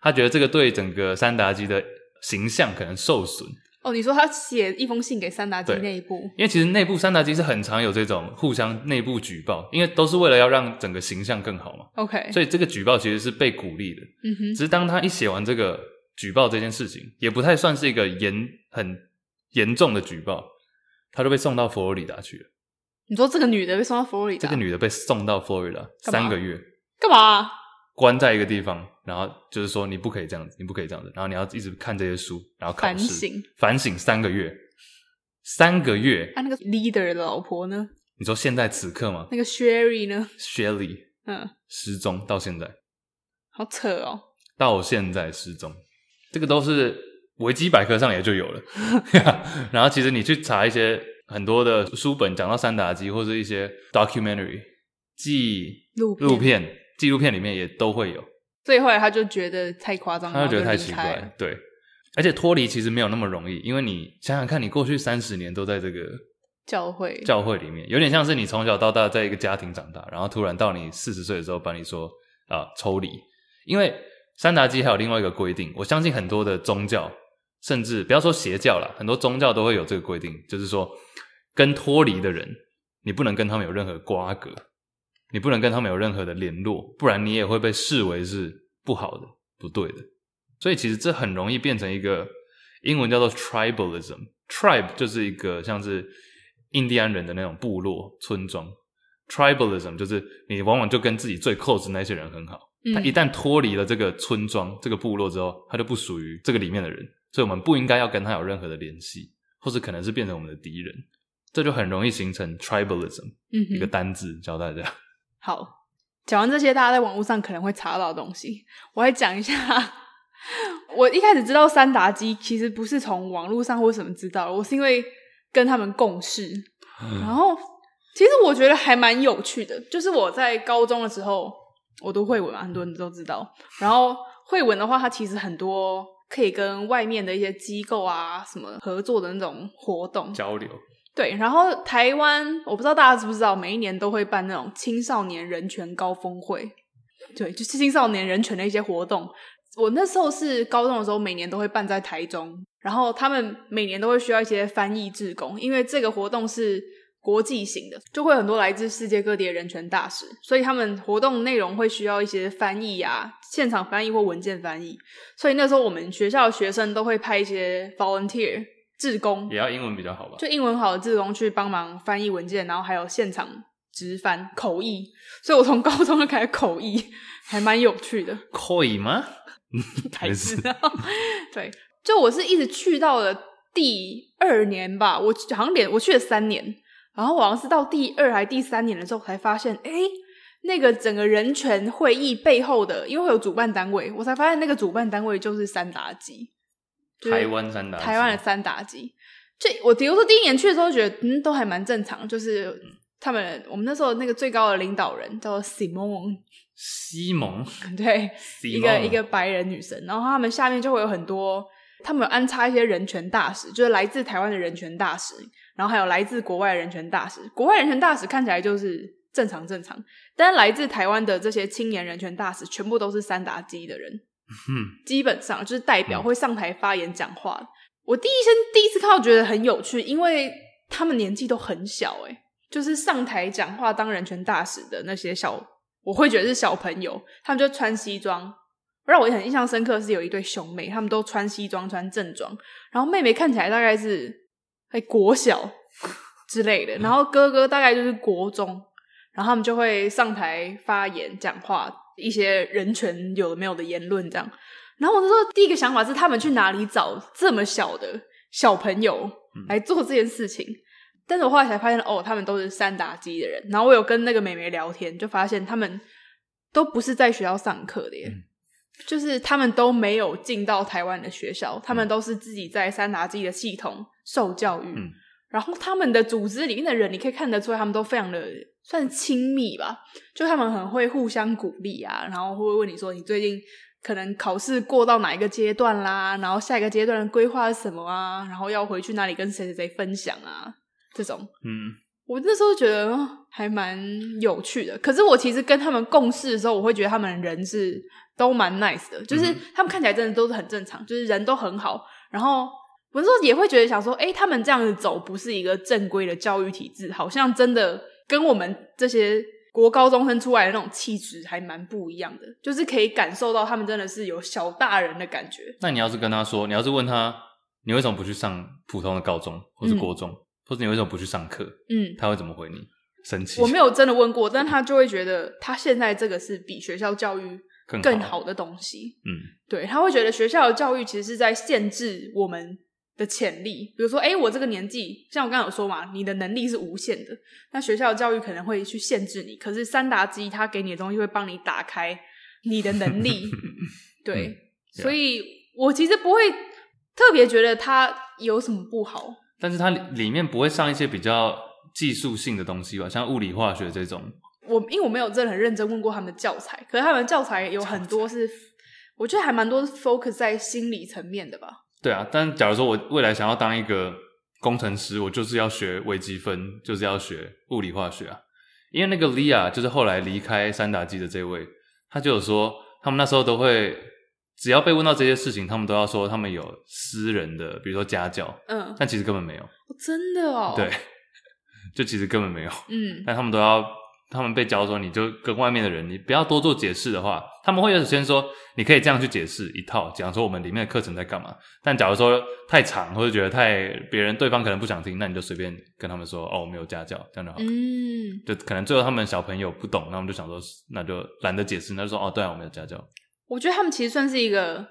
S1: 他觉得这个对整个三达基的形象可能受损，
S2: 哦，你说他写一封信给三达基
S1: 对
S2: 那一部，
S1: 因为其实内部三达基是很常有这种互相内部举报，因为都是为了要让整个形象更好嘛。
S2: OK，
S1: 所以这个举报其实是被鼓励的。
S2: 嗯哼
S1: 只，是当他一写完这个举报这件事情，也不太算是一个严很严重的举报，他就被送到佛罗里达去了。
S2: 你说这个女的被送到佛罗里达，
S1: 这个女的被送到佛罗里达
S2: 啊干嘛
S1: 三个月，
S2: 干嘛？
S1: 关在一个地方，然后就是说你不可以这样子，你不可以这样子，然后你要一直看这些书，然后考试
S2: 反省
S1: 反省三个月，三个月。
S2: 啊，那个 leader 的老婆呢？
S1: 你说现在此刻吗
S2: 那个 Sherry 呢？
S1: ？Shelly
S2: 嗯，
S1: 失踪到现在，
S2: 好扯哦。
S1: 到现在失踪，这个都是维基百科上也就有了。 然后其实你去查一些很多的书本讲到三达基或是一些 documentary 纪
S2: 录片
S1: 录片纪录片里面也都会有，
S2: 所以后来他就觉得太夸张，
S1: 他就觉得
S2: 然后
S1: 太
S2: 离
S1: 奇
S2: 开
S1: 怪
S2: 了
S1: 了，。对。而且脱离其实没有那么容易，因为你想想看，你过去三十年都在这个
S2: 教会
S1: 教会里面，有点像是你从小到大在一个家庭长大，然后突然到你四十岁的时候，把你说啊、抽离。因为三达基还有另外一个规定，我相信很多的宗教，甚至不要说邪教啦，很多宗教都会有这个规定，就是说跟脱离的人，你不能跟他们有任何瓜葛，你不能跟他们有任何的联络，不然你也会被视为是不好的、不对的。所以其实这很容易变成一个英文叫做 tribalism。tribe 就是一个像是印第安人的那种部落村庄，tribalism 就是你往往就跟自己最 close 的那些人很好，他一
S2: 嗯，
S1: 旦脱离了这个村庄、这个部落之后，他就不属于这个里面的人，所以我们不应该要跟他有任何的联系，或是可能是变成我们的敌人，这就很容易形成 tribalism
S2: 嗯
S1: 一个
S2: 哼，
S1: 单字教大家。
S2: 好。讲完这些，大家在网络上可能会查到的东西，我来讲一下。我一开始知道三达基其实不是从网络上或什么知道的，我是因为跟他们共事，然后其实我觉得还蛮有趣的，就是我在高中的时候我读绘文嘛，很多人都知道。然后绘文的话，它其实很多可以跟外面的一些机构啊什么合作的那种活动，
S1: 交流，
S2: 对，然后台湾我不知道大家知不知道，每一年都会办那种青少年人权高峰会，对，就是青少年人权的一些活动。我那时候是高中的时候，每年都会办在台中，然后他们每年都会需要一些翻译志工，因为这个活动是国际型的，就会很多来自世界各地的人权大使，所以他们活动内容会需要一些翻译啊，现场翻译或文件翻译。所以那时候我们学校的学生都会派一些 volunteer 志工
S1: 也要英文比较好吧？
S2: 就英文好的志工去帮忙翻译文件，然后还有现场直翻口译，所以我从高中就开始口译，还蛮有趣的。
S1: 可以吗？
S2: 白痴， 对，就我是一直去到了第二年吧，我好像连我去了三年，然后我好像是到第二还第三年的时候才发现，哎、那个整个人权会议背后的，因为会有主办单位，我才发现那个主办单位就是三达基，就是
S1: 台湾三打，
S2: 台湾的三打击。这我比如说第一年去的时候，觉得嗯都还蛮正常，就是他们我们那时候那个最高的领导人叫 Simone，
S1: 西蒙，
S2: 对，
S1: 西
S2: 一
S1: 蒙
S2: 个一个白人女生，然后他们下面就会有很多，他们有安插一些人权大使，就是来自台湾的人权大使，然后还有来自国外的人权大使。国外人权大使看起来就是正常正常，但是来自台湾的这些青年人权大使，全部都是三打基的人，
S1: 嗯，
S2: 基本上就是代表
S1: 嗯
S2: 会上台发言讲话。我第一先第一次看到觉得很有趣，因为他们年纪都很小、欸，就是上台讲话当人权大使的那些小，我会觉得是小朋友，他们就穿西装。让我很印象深刻是有一对兄妹，他们都穿西装穿正装，然后妹妹看起来大概是哎国小之类的，然后哥哥大概就是国中，然后他们就会上台发言讲话，一些人权有的没有的言论这样。然后我那时候第一个想法是，他们去哪里找这么小的小朋友
S1: 嗯
S2: 来做这件事情？但是我后来才发现，哦，他们都是三打机的人。然后我有跟那个美眉聊天，就发现他们都不是在学校上课的耶，
S1: 嗯
S2: 就是他们都没有进到台湾的学校，他们都是自己在三打机的系统受教育。
S1: 嗯
S2: 然后他们的组织里面的人，你可以看得出来，他们都非常的算亲密吧，就他们很会互相鼓励啊，然后会问你说你最近可能考试过到哪一个阶段啦，然后下一个阶段的规划是什么啊，然后要回去哪里跟谁谁谁分享啊，这种
S1: 嗯，
S2: 我那时候觉得哦还蛮有趣的。可是我其实跟他们共事的时候，我会觉得他们人是都蛮 nice 的，就是
S1: 嗯
S2: 他们看起来真的都是很正常，就是人都很好。然后我那时候也会觉得想说，哎、他们这样子走不是一个正规的教育体制，好像真的跟我们这些。国高中生出来的那种气质还蛮不一样的，就是可以感受到他们真的是有小大人的感觉。
S1: 那你要是跟他说，你要是问他，你为什么不去上普通的高中或是国中，或者你为什么不去上课，
S2: 嗯，
S1: 他会怎么回你？生气？
S2: 我没有真的问过，但他就会觉得他现在这个是比学校教育
S1: 更
S2: 更
S1: 好
S2: 好的东西。
S1: 嗯
S2: 对，他会觉得学校的教育其实是在限制我们的潜力。比如说，哎，我这个年纪，像我刚刚有说嘛，你的能力是无限的，那学校的教育可能会去限制你。可是三达基他给你的东西会帮你打开你的 能力，对，
S1: 嗯
S2: 所以我其实不会特别觉得他有什么不好。
S1: 但是它里里面不会上一些比较技术性的东西吧，像物理、化学这种。
S2: 我因为我没有真的很认真问过他们的教材，可是他们的教材有很多是，我觉得还蛮多是 focus 在心理层面的吧。
S1: 对啊，但假如说我未来想要当一个工程师，我就是要学微积分，就是要学物理化学啊。因为那个 Lia 就是后来离开三打基的这位，他就有说，他们那时候都会，只要被问到这些事情，他们都要说他们有私人的，比如说家教，
S2: 嗯，
S1: 但其实根本没有，
S2: 哦真的哦，
S1: 对，，就其实根本没有。
S2: 嗯
S1: 但他们都要，他们被教说，你就跟外面的人，你不要多做解释的话，他们会有先说，你可以这样去解释一套，讲说我们里面的课程在干嘛。但假如说太长，或者觉得太别人对方可能不想听，那你就随便跟他们说，哦，我没有家教，这样就好。
S2: 嗯，
S1: 就可能最后他们小朋友不懂，那我们就想说，那就懒得解释，那就说哦，对啊，我没有家教。
S2: 我觉得他们其实算是一个，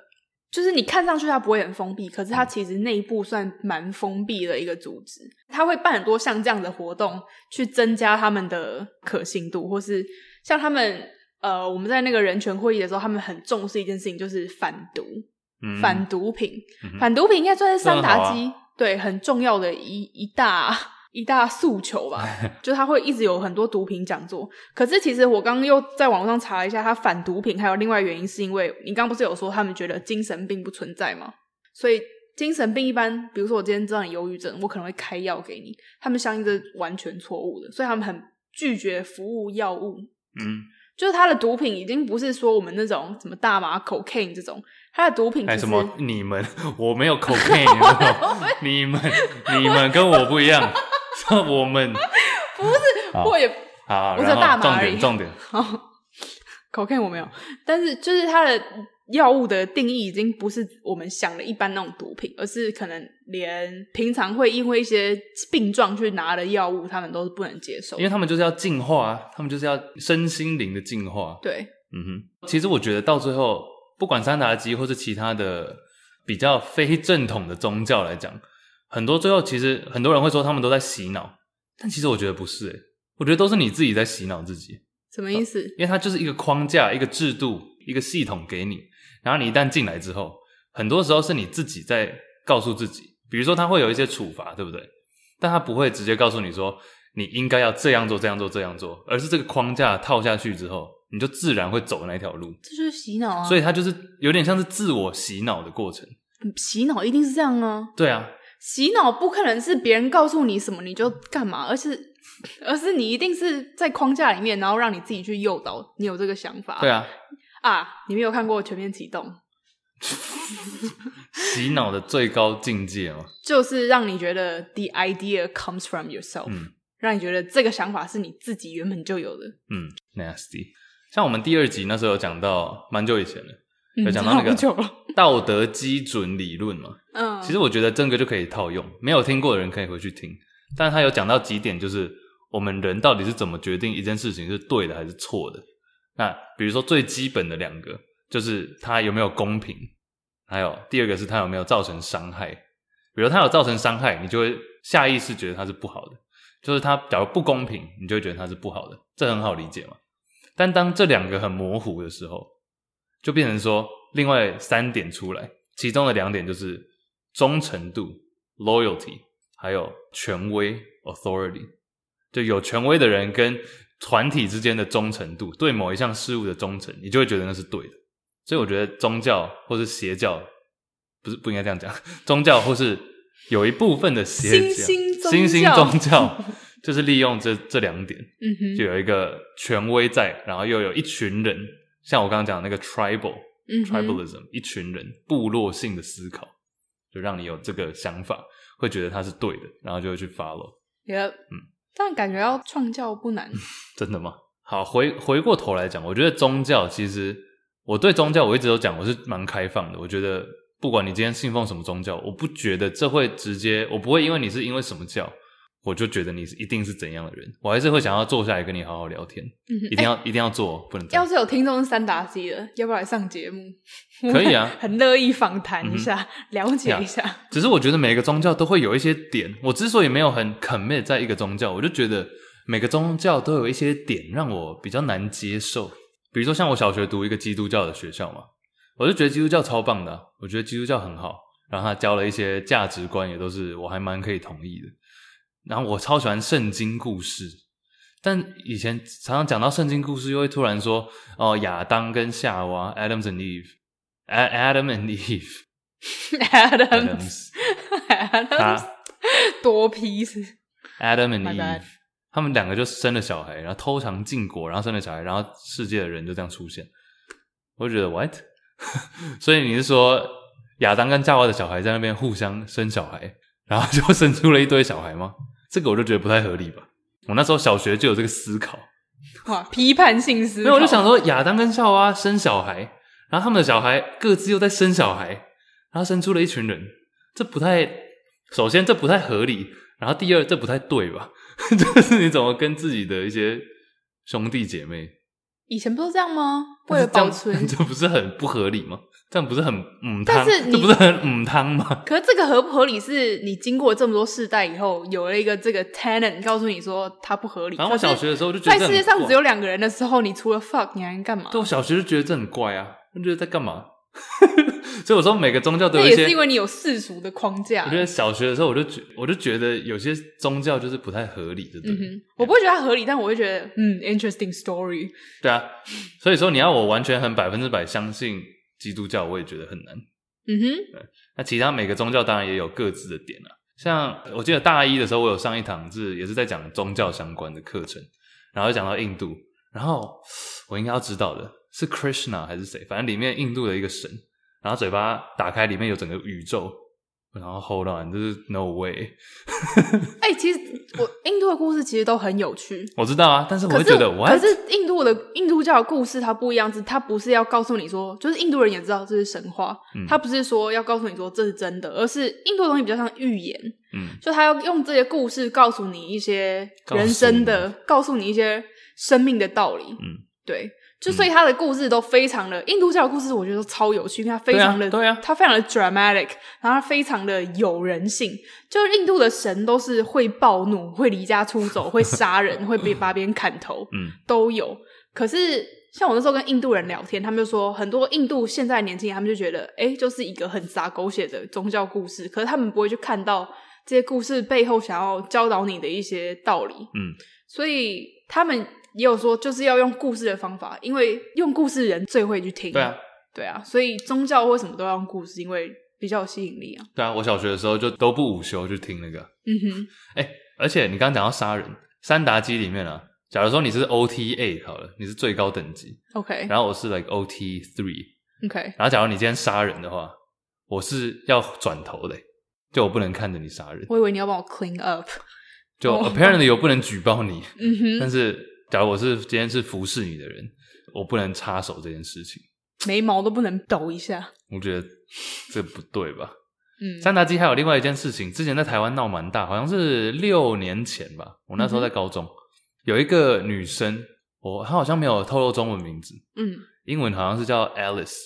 S2: 就是你看上去他不会很封闭，可是他其实内部算蛮封闭的一个组织。他会办很多像这样的活动，去增加他们的可信度，或是像他们呃，我们在那个人权会议的时候，他们很重视一件事情，就是反毒、
S1: 嗯，
S2: 反毒品、
S1: 嗯哼
S2: 反毒品应该算是三打
S1: 这很
S2: 基、对很重要的一一大一大诉 求吧，就是他会一直有很多毒品讲座。可是其实我刚刚又在网络上查了一下，他反毒品还有另外原因是因为你刚刚不是有说他们觉得精神病不存在吗？所以精神病一般，比如说我今天知道你忧郁症，我可能会开药给你，他们相信这是完全错误的，所以他们很拒绝服务药物。
S1: 嗯，
S2: 就是他的毒品已经不是说我们那种什么大麻、cocaine 这种，他的毒品
S1: 哎，
S2: 其实
S1: 什么？你们？我没有 cocaine，你们你们跟我不一样， 我们好
S2: 我也
S1: 啊，
S2: 我只有
S1: 然后
S2: 大麻
S1: 重
S2: 而
S1: 点
S2: 已
S1: 重点，
S2: cocaine 我没有，但是就是它的药物的定义已经不是我们想的一般那种毒品，而是可能连平常会因为一些病状去拿的药物，他们都是不能接受
S1: 因。为他们就是要进化啊，他们就是要身心灵的进化。
S2: 对，
S1: 嗯哼，其实我觉得到最后，不管三达基或是其他的比较非正统的宗教来讲，很多最后其实很多人会说他们都在洗脑，但其实我觉得不是、欸，我觉得都是你自己在洗脑自己，
S2: 什么意思？
S1: 因为它就是一个框架、一个制度、一个系统给你，然后你一旦进来之后，很多时候是你自己在告诉自己，比如说他会有一些处罚，对不对？但他不会直接告诉你说你应该要这样做、这样做、这样做，而是这个框架套下去之后，你就自然会走那条路。
S2: 这就是洗脑啊！
S1: 所
S2: 以
S1: 以它就是有点像是自我洗脑的过程。
S2: 洗脑一定是这样啊！
S1: 对啊，
S2: 洗脑不可能是别人告诉你什么你就干嘛，而是而是你一定是在框架里面，然后让你自己去诱导你有这个想法。
S1: 对啊，
S2: 啊，你没有看过《全面启动》，
S1: 洗脑的最高境界哦嘛。
S2: 就是让你觉得 the idea comes from yourself，、
S1: 嗯
S2: 让你觉得这个想法是你自己原本就有的。
S1: 嗯，nasty。像我们第二集那时候有讲到，蛮久以前了，
S2: 嗯
S1: 有讲到那个
S2: 好久了，
S1: 道德基准理论嘛。
S2: 嗯，
S1: 其实我觉得真哥就可以套用，没有听过的人可以回去听。但是他有讲到几点，就是我们人到底是怎么决定一件事情是对的还是错的。那比如说最基本的两个，就是它有没有公平，还有第二个是它有没有造成伤害。比如它有造成伤害，你就会下意识觉得它是不好的；就是它假如不公平，你就会觉得它是不好的。这很好理解嘛。但当这两个很模糊的时候，就变成说另外三点出来，其中的两点就是忠诚度 （loyalty） 还有权威 （authority）。就有权威的人跟团体之间的忠诚度，对某一项事物的忠诚，你就会觉得那是对的。所以我觉得宗教或是邪教，不是不应该这样讲， 宗教或是有一部分的邪教、
S2: 新兴宗教
S1: 新兴宗教就是利用这这两点，
S2: 嗯哼，
S1: 就有一个权威在，然后又有一群人，像我刚刚讲的那个 tribal
S2: 嗯哼
S1: tribalism，、一群人部落性的思考，就让你有这个想法，会觉得它是对的，然后就会去 follow。
S2: 也、
S1: 嗯
S2: 但感觉要创教不 难。
S1: 真的吗？好，回回过头来讲，我觉得宗教其实我对宗教我一直都讲我是蛮开放的。我觉得不管你今天信奉什么宗教，我不觉得这会直接，我不会因为你是因为什么教，我就觉得你是一定是怎样的人。我还是会想要坐下来跟你好好聊天，
S2: 嗯哼
S1: 一定要、一定要做，不能这
S2: 要
S1: 样。
S2: 是有听众是三打机的，要不要来上节目？
S1: 可以啊嗯
S2: 我 很乐意访谈一下，了解一下。
S1: 只是我觉得每个宗教都会有一些点，我之所以没有很 commit 在一个宗教，我就觉得每个宗教都有一些点让我比较难接受。比如说像我小学读一个基督教的学校嘛，我就觉得基督教超棒的啊、我觉得基督教很好，然后他教了一些价值观也都是我还蛮可以同意的。然后我超喜欢圣经故事，但以前常常讲到圣经故事，又会突然说哦亚当跟夏娃 Adam and Eve，Adam and Eve，Adams
S2: Adams Adams
S1: 啊
S2: 多批次，
S1: Adam and
S2: My bad
S1: Eve，他们两个就生了小孩，然后偷尝禁果，然后生了小孩，然后世界的人就这样出现。我就觉得 what？所以你是说亚当跟夏娃的小孩在那边互相生小孩，然后就生出了一堆小孩吗？这个我就觉得不太合理吧。我那时候小学就有这个思考，
S2: 哇，批判性思考。啊
S1: 没有我就想说亚当跟夏娃生小孩，然后他们的小孩各自又在生小孩，然后生出了一群人，这不太，首先这不太合理，然后第二这不太对吧？ 就是你怎么跟自己的一些兄弟姐妹，
S2: 以前不都这样吗？为了保存
S1: 但是这样 这不是很不合理吗？这样不是很母汤？
S2: 但是你
S1: 这不是很母汤吗？
S2: 可是这个合不合理，是你经过这么多世代以后，有了一个这个 tenant 告诉你说它不合理。
S1: 反正我小学的时候就觉
S2: 可
S1: 得
S2: 是在世界上只
S1: 有，
S2: 有两个人的时候，你除了 fuck，你还能干嘛
S1: 对？我小学就觉得这很怪啊，我觉得在干嘛？ 所以我说每个宗教都
S2: 那
S1: 有一
S2: 也
S1: 些
S2: 是因为你有世俗的框架。
S1: 我觉得小学的时候，我就觉我就觉得有些宗教就是不太合理，对不对？
S2: 嗯哼，我不会觉得它合理，但我会觉得嗯，interesting story。
S1: 对啊，所以说你要我完全很百分之百相信基督教，我也觉得很难。
S2: 嗯哼，
S1: 那其他每个宗教当然也有各自的点啊。像我记得大一的时候，我有上一堂是也是在讲宗教相关的课程，然后就讲到印度，然后我应该要知道的是 Krishna 还是谁，反正里面印度的一个神，然后嘴巴打开里面有整个宇宙，然后 Hold on，这是 No way，
S2: 哎、其实我印度的故事其实都很有趣。
S1: 我知道啊，但是我
S2: 可
S1: 会
S2: 是，
S1: 觉得我
S2: 可是印度的印度教的故事它不一样，是它不是要告诉你说，就是印度人也知道这是神话，
S1: 嗯
S2: 它不是说要告诉你说这是真的，而是印度的东西比较像寓言，
S1: 嗯
S2: 就他要用这些故事告诉你一些
S1: 告诉
S2: 人生的，告诉你一些生命的道理。
S1: 嗯，
S2: 对，就所以他的故事都非常的、印度教的故事，我觉得都超有趣，因为它非常的
S1: 对啊对啊
S2: 它非常的 dramatic，然后它非常的有人性。就是印度的神都是会暴怒、会离家出走、会杀人、会 被把别人砍头
S1: 嗯
S2: 都有。可是像我那时候跟印度人聊天，他们就说很多印度现在的年轻人，他们就觉得哎、诶就是一个很杂狗血的宗教故事，可是他们不会去看到这些故事背后想要教导你的一些道理。
S1: 嗯，
S2: 所以他们也有说，就是要用故事的方法，因为用故事人最会去听。
S1: 对啊，
S2: 对啊，所以宗教为什么都要用故事？因为比较有吸引力啊。
S1: 对啊，我小学的时候就都不午休去听那个，
S2: 嗯哼，
S1: 哎、而且你刚刚讲到杀人，三达基里面啊，假如说你是 OT A 好了，你是最高等级，
S2: OK
S1: 然后我是 like OT three，
S2: OK，
S1: 然后假如你今天杀人的话，我是要转头的、就我不能看着你杀人，
S2: 我以为你要帮我 clean up。
S1: 就
S2: 哦
S1: apparently 我不能举报你，
S2: 嗯哼，
S1: 但是假如我是今天是服侍你的人，我不能插手这件事情，
S2: 眉毛都不能抖一下。
S1: 我觉得这不对吧？
S2: 嗯
S1: 三达基还有另外一件事情，之前在台湾闹蛮大，好像是六年前吧，我那时
S2: 嗯
S1: 候在高中，有一个女生，我她好像没有透露中文名字，
S2: 嗯
S1: 英文好像是叫 Alice，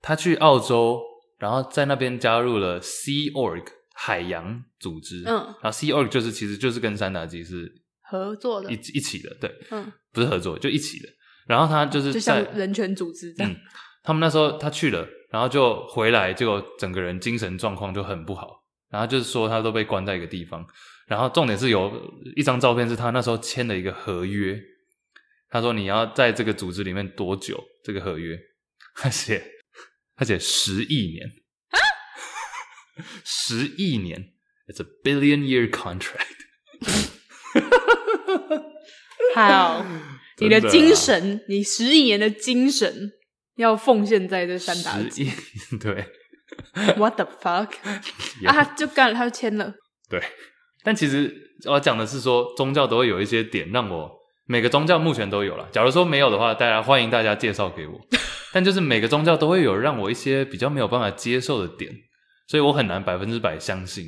S1: 她去澳洲，然后在那边加入了 Sea Org 海洋组织，
S2: 嗯
S1: 然后 Sea Org 就是其实就是跟三达基是
S2: 合作的
S1: 一，一起的，对，
S2: 嗯，
S1: 不是合作就一起的，然后她就是在
S2: 就像人权组织这样。
S1: 嗯他们那时候他去了，然后就回来，结果整个人精神状况就很不好。然后就是说他都被关在一个地方，然后重点是有一张照片是他那时候签了一个合约，他说你要在这个组织里面多久？这个合约，他写他写十亿年，
S2: 啊
S1: 十亿年，It's a billion year contract。
S2: 好，你的
S1: 真的啊
S2: 精神，你十亿年的精神要奉献在这三打
S1: 十亿，对
S2: What the fuck？啊， 他就干了，他就签了。
S1: 对，但其实我要讲的是说，宗教都会有一些点让我每个宗教目前都有了。假如说没有的话，大家欢迎大家介绍给我。 但就是每个宗教都会有让我一些比较没有办法接受的点，所以我很难百分之百相信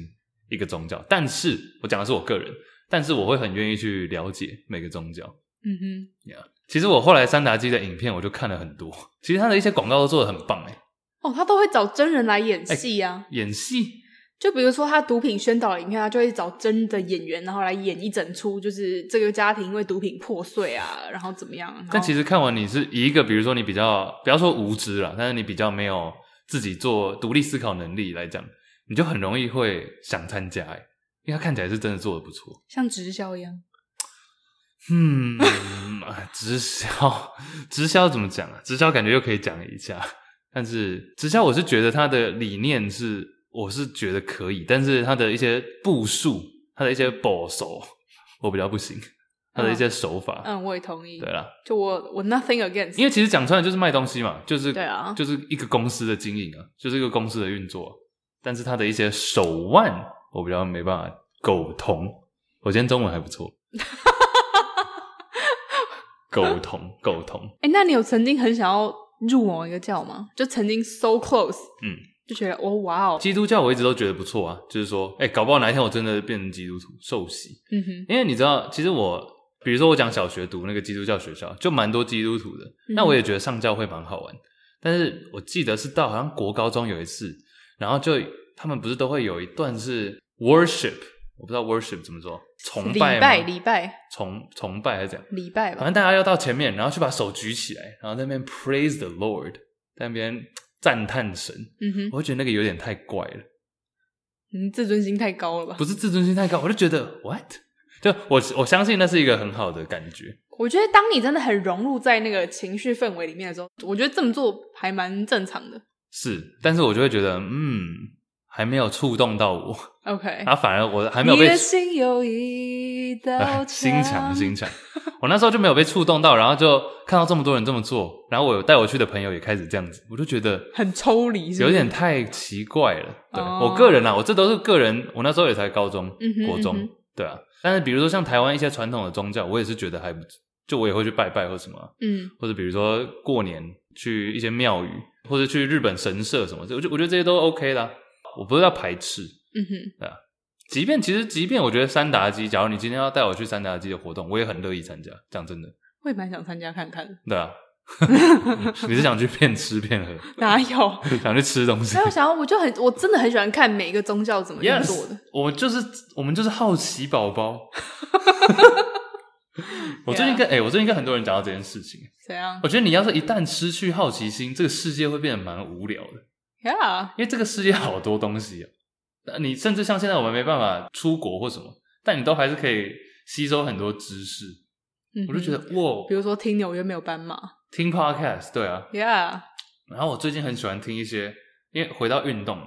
S1: 一个宗教。但是我讲的是我个人，但是我会很愿意去了解每个宗教。
S2: 嗯哼，
S1: 其实我后来三达基的影片我就看了很多，其实他的一些广告都做的很棒哎、
S2: 哦，他都会找真人来
S1: 哎
S2: 演戏啊。
S1: 演戏
S2: 就比如说他毒品宣导的影片，他就会找真的演员，然后来演一整出，就是这个家庭因为毒品破碎啊，然后怎么样？然后
S1: 但其实看完你是以一个，比如说你比较不要说无知啦，但是你比较没有自己做独立思考能力来讲，你就很容易会想参加、欸，因为他看起来是真的做的不错。
S2: 像直销一样，
S1: 嗯，啊直销，直销怎么讲啊？直销感觉又可以讲一下，但是直销我是觉得它的理念是，我是觉得可以，但是它的一些步数，它的一些保守，我比较不行，它的一些手法，
S2: 嗯，我也同意。
S1: 啊对啦，
S2: 就我我 nothing against，
S1: 因为其实讲穿了就是卖东西嘛，就是
S2: 对啊
S1: 就是一个公司的经营啊，就是一个公司的运作啊、但是它的一些手腕，我比较没办法苟同。我今天中文还不 错，苟同苟同，
S2: 哎、那你有曾经很想要入某一个教吗？就曾经 so close，
S1: 嗯，
S2: 就觉得哦哇哦，
S1: 基督教我一直都觉得不错啊，就是说，哎、搞不好哪一天我真的变成基督徒受洗，
S2: 嗯哼，
S1: 因为你知道，其实我比如说我讲小学读那个基督教学校，就蛮多基督徒的。
S2: 嗯
S1: 那我也觉得上教会蛮好玩，但是我记得是到好像国高中有一次，然后就他们不是都会有一段是 worship，我不知道 worship 怎么说，崇
S2: 礼
S1: 拜吗
S2: 拜礼拜
S1: 崇崇拜还是怎样？
S2: 礼拜
S1: 反
S2: 吧，
S1: 正大家要到前面，然后去把手举起来，然后在那边 praise the Lord，在那边赞叹神。
S2: 嗯哼，
S1: 我会觉得那个有点太怪了。
S2: 你自尊心太高了吧？
S1: 不是自尊心太高，我就觉得 what？就我我相信那是一个很好的感觉，
S2: 我觉得当你真的很融入在那个情绪氛围里面的时候，我觉得这么做还蛮正常的。
S1: 是，但是我就会觉得，嗯，还没有触动到我，
S2: OK，
S1: 然后反而我啊还没有被
S2: 哎你的心有一道
S1: 哎，心墙
S2: 墙
S1: 心墙，我那时候就没有被触动到，然后就看到这么多人这么做，然后我有带我去的朋友也开始这样子，我就觉得
S2: 很抽离，是不
S1: 有
S2: 是
S1: 点太奇怪了。对、
S2: 哦
S1: 我个人啊，我这都是个人，我那时候也才高中、
S2: 嗯哼
S1: 国中，
S2: 嗯哼
S1: 对啊。但是比如说像台湾一些传统的宗教，我也是觉得还不，就我也会去拜拜或什么啊、
S2: 嗯
S1: 或者比如说过年去一些庙宇，或者去日本神社什么的，我就我觉得这些都 OK 啦，我不是要排斥。
S2: 嗯哼
S1: 即便其实，即便我觉得三达基，假如你今天要带我去三达基的活动，我也很乐意参加。讲真的，
S2: 我也蛮想参加看看的，
S1: 对 啊，你是想去骗吃骗喝，
S2: 哪有？
S1: 想去吃东西
S2: 没？有想到，我就很，我真的很喜欢看每一个宗教怎么运
S1: Yes
S2: 作的。
S1: 我就是我们就是好奇宝 宝。我最近跟哎、我最近跟很多人讲到这件事情，
S2: 怎样
S1: 我觉得你要是一旦失去好奇心，这个世界会变得蛮无聊的。
S2: ？Yeah，
S1: 因为这个世界好多东西啊，那你甚至像现在我们没办法出国或什么，但你都还是可以吸收很多知识。
S2: 嗯
S1: 我就觉
S2: 得，
S1: 得哇，
S2: 比如说听纽约没有斑马
S1: 听 podcast 对啊，
S2: ，Yeah，
S1: 然后我最近很喜欢听一些，因为回到运动嘛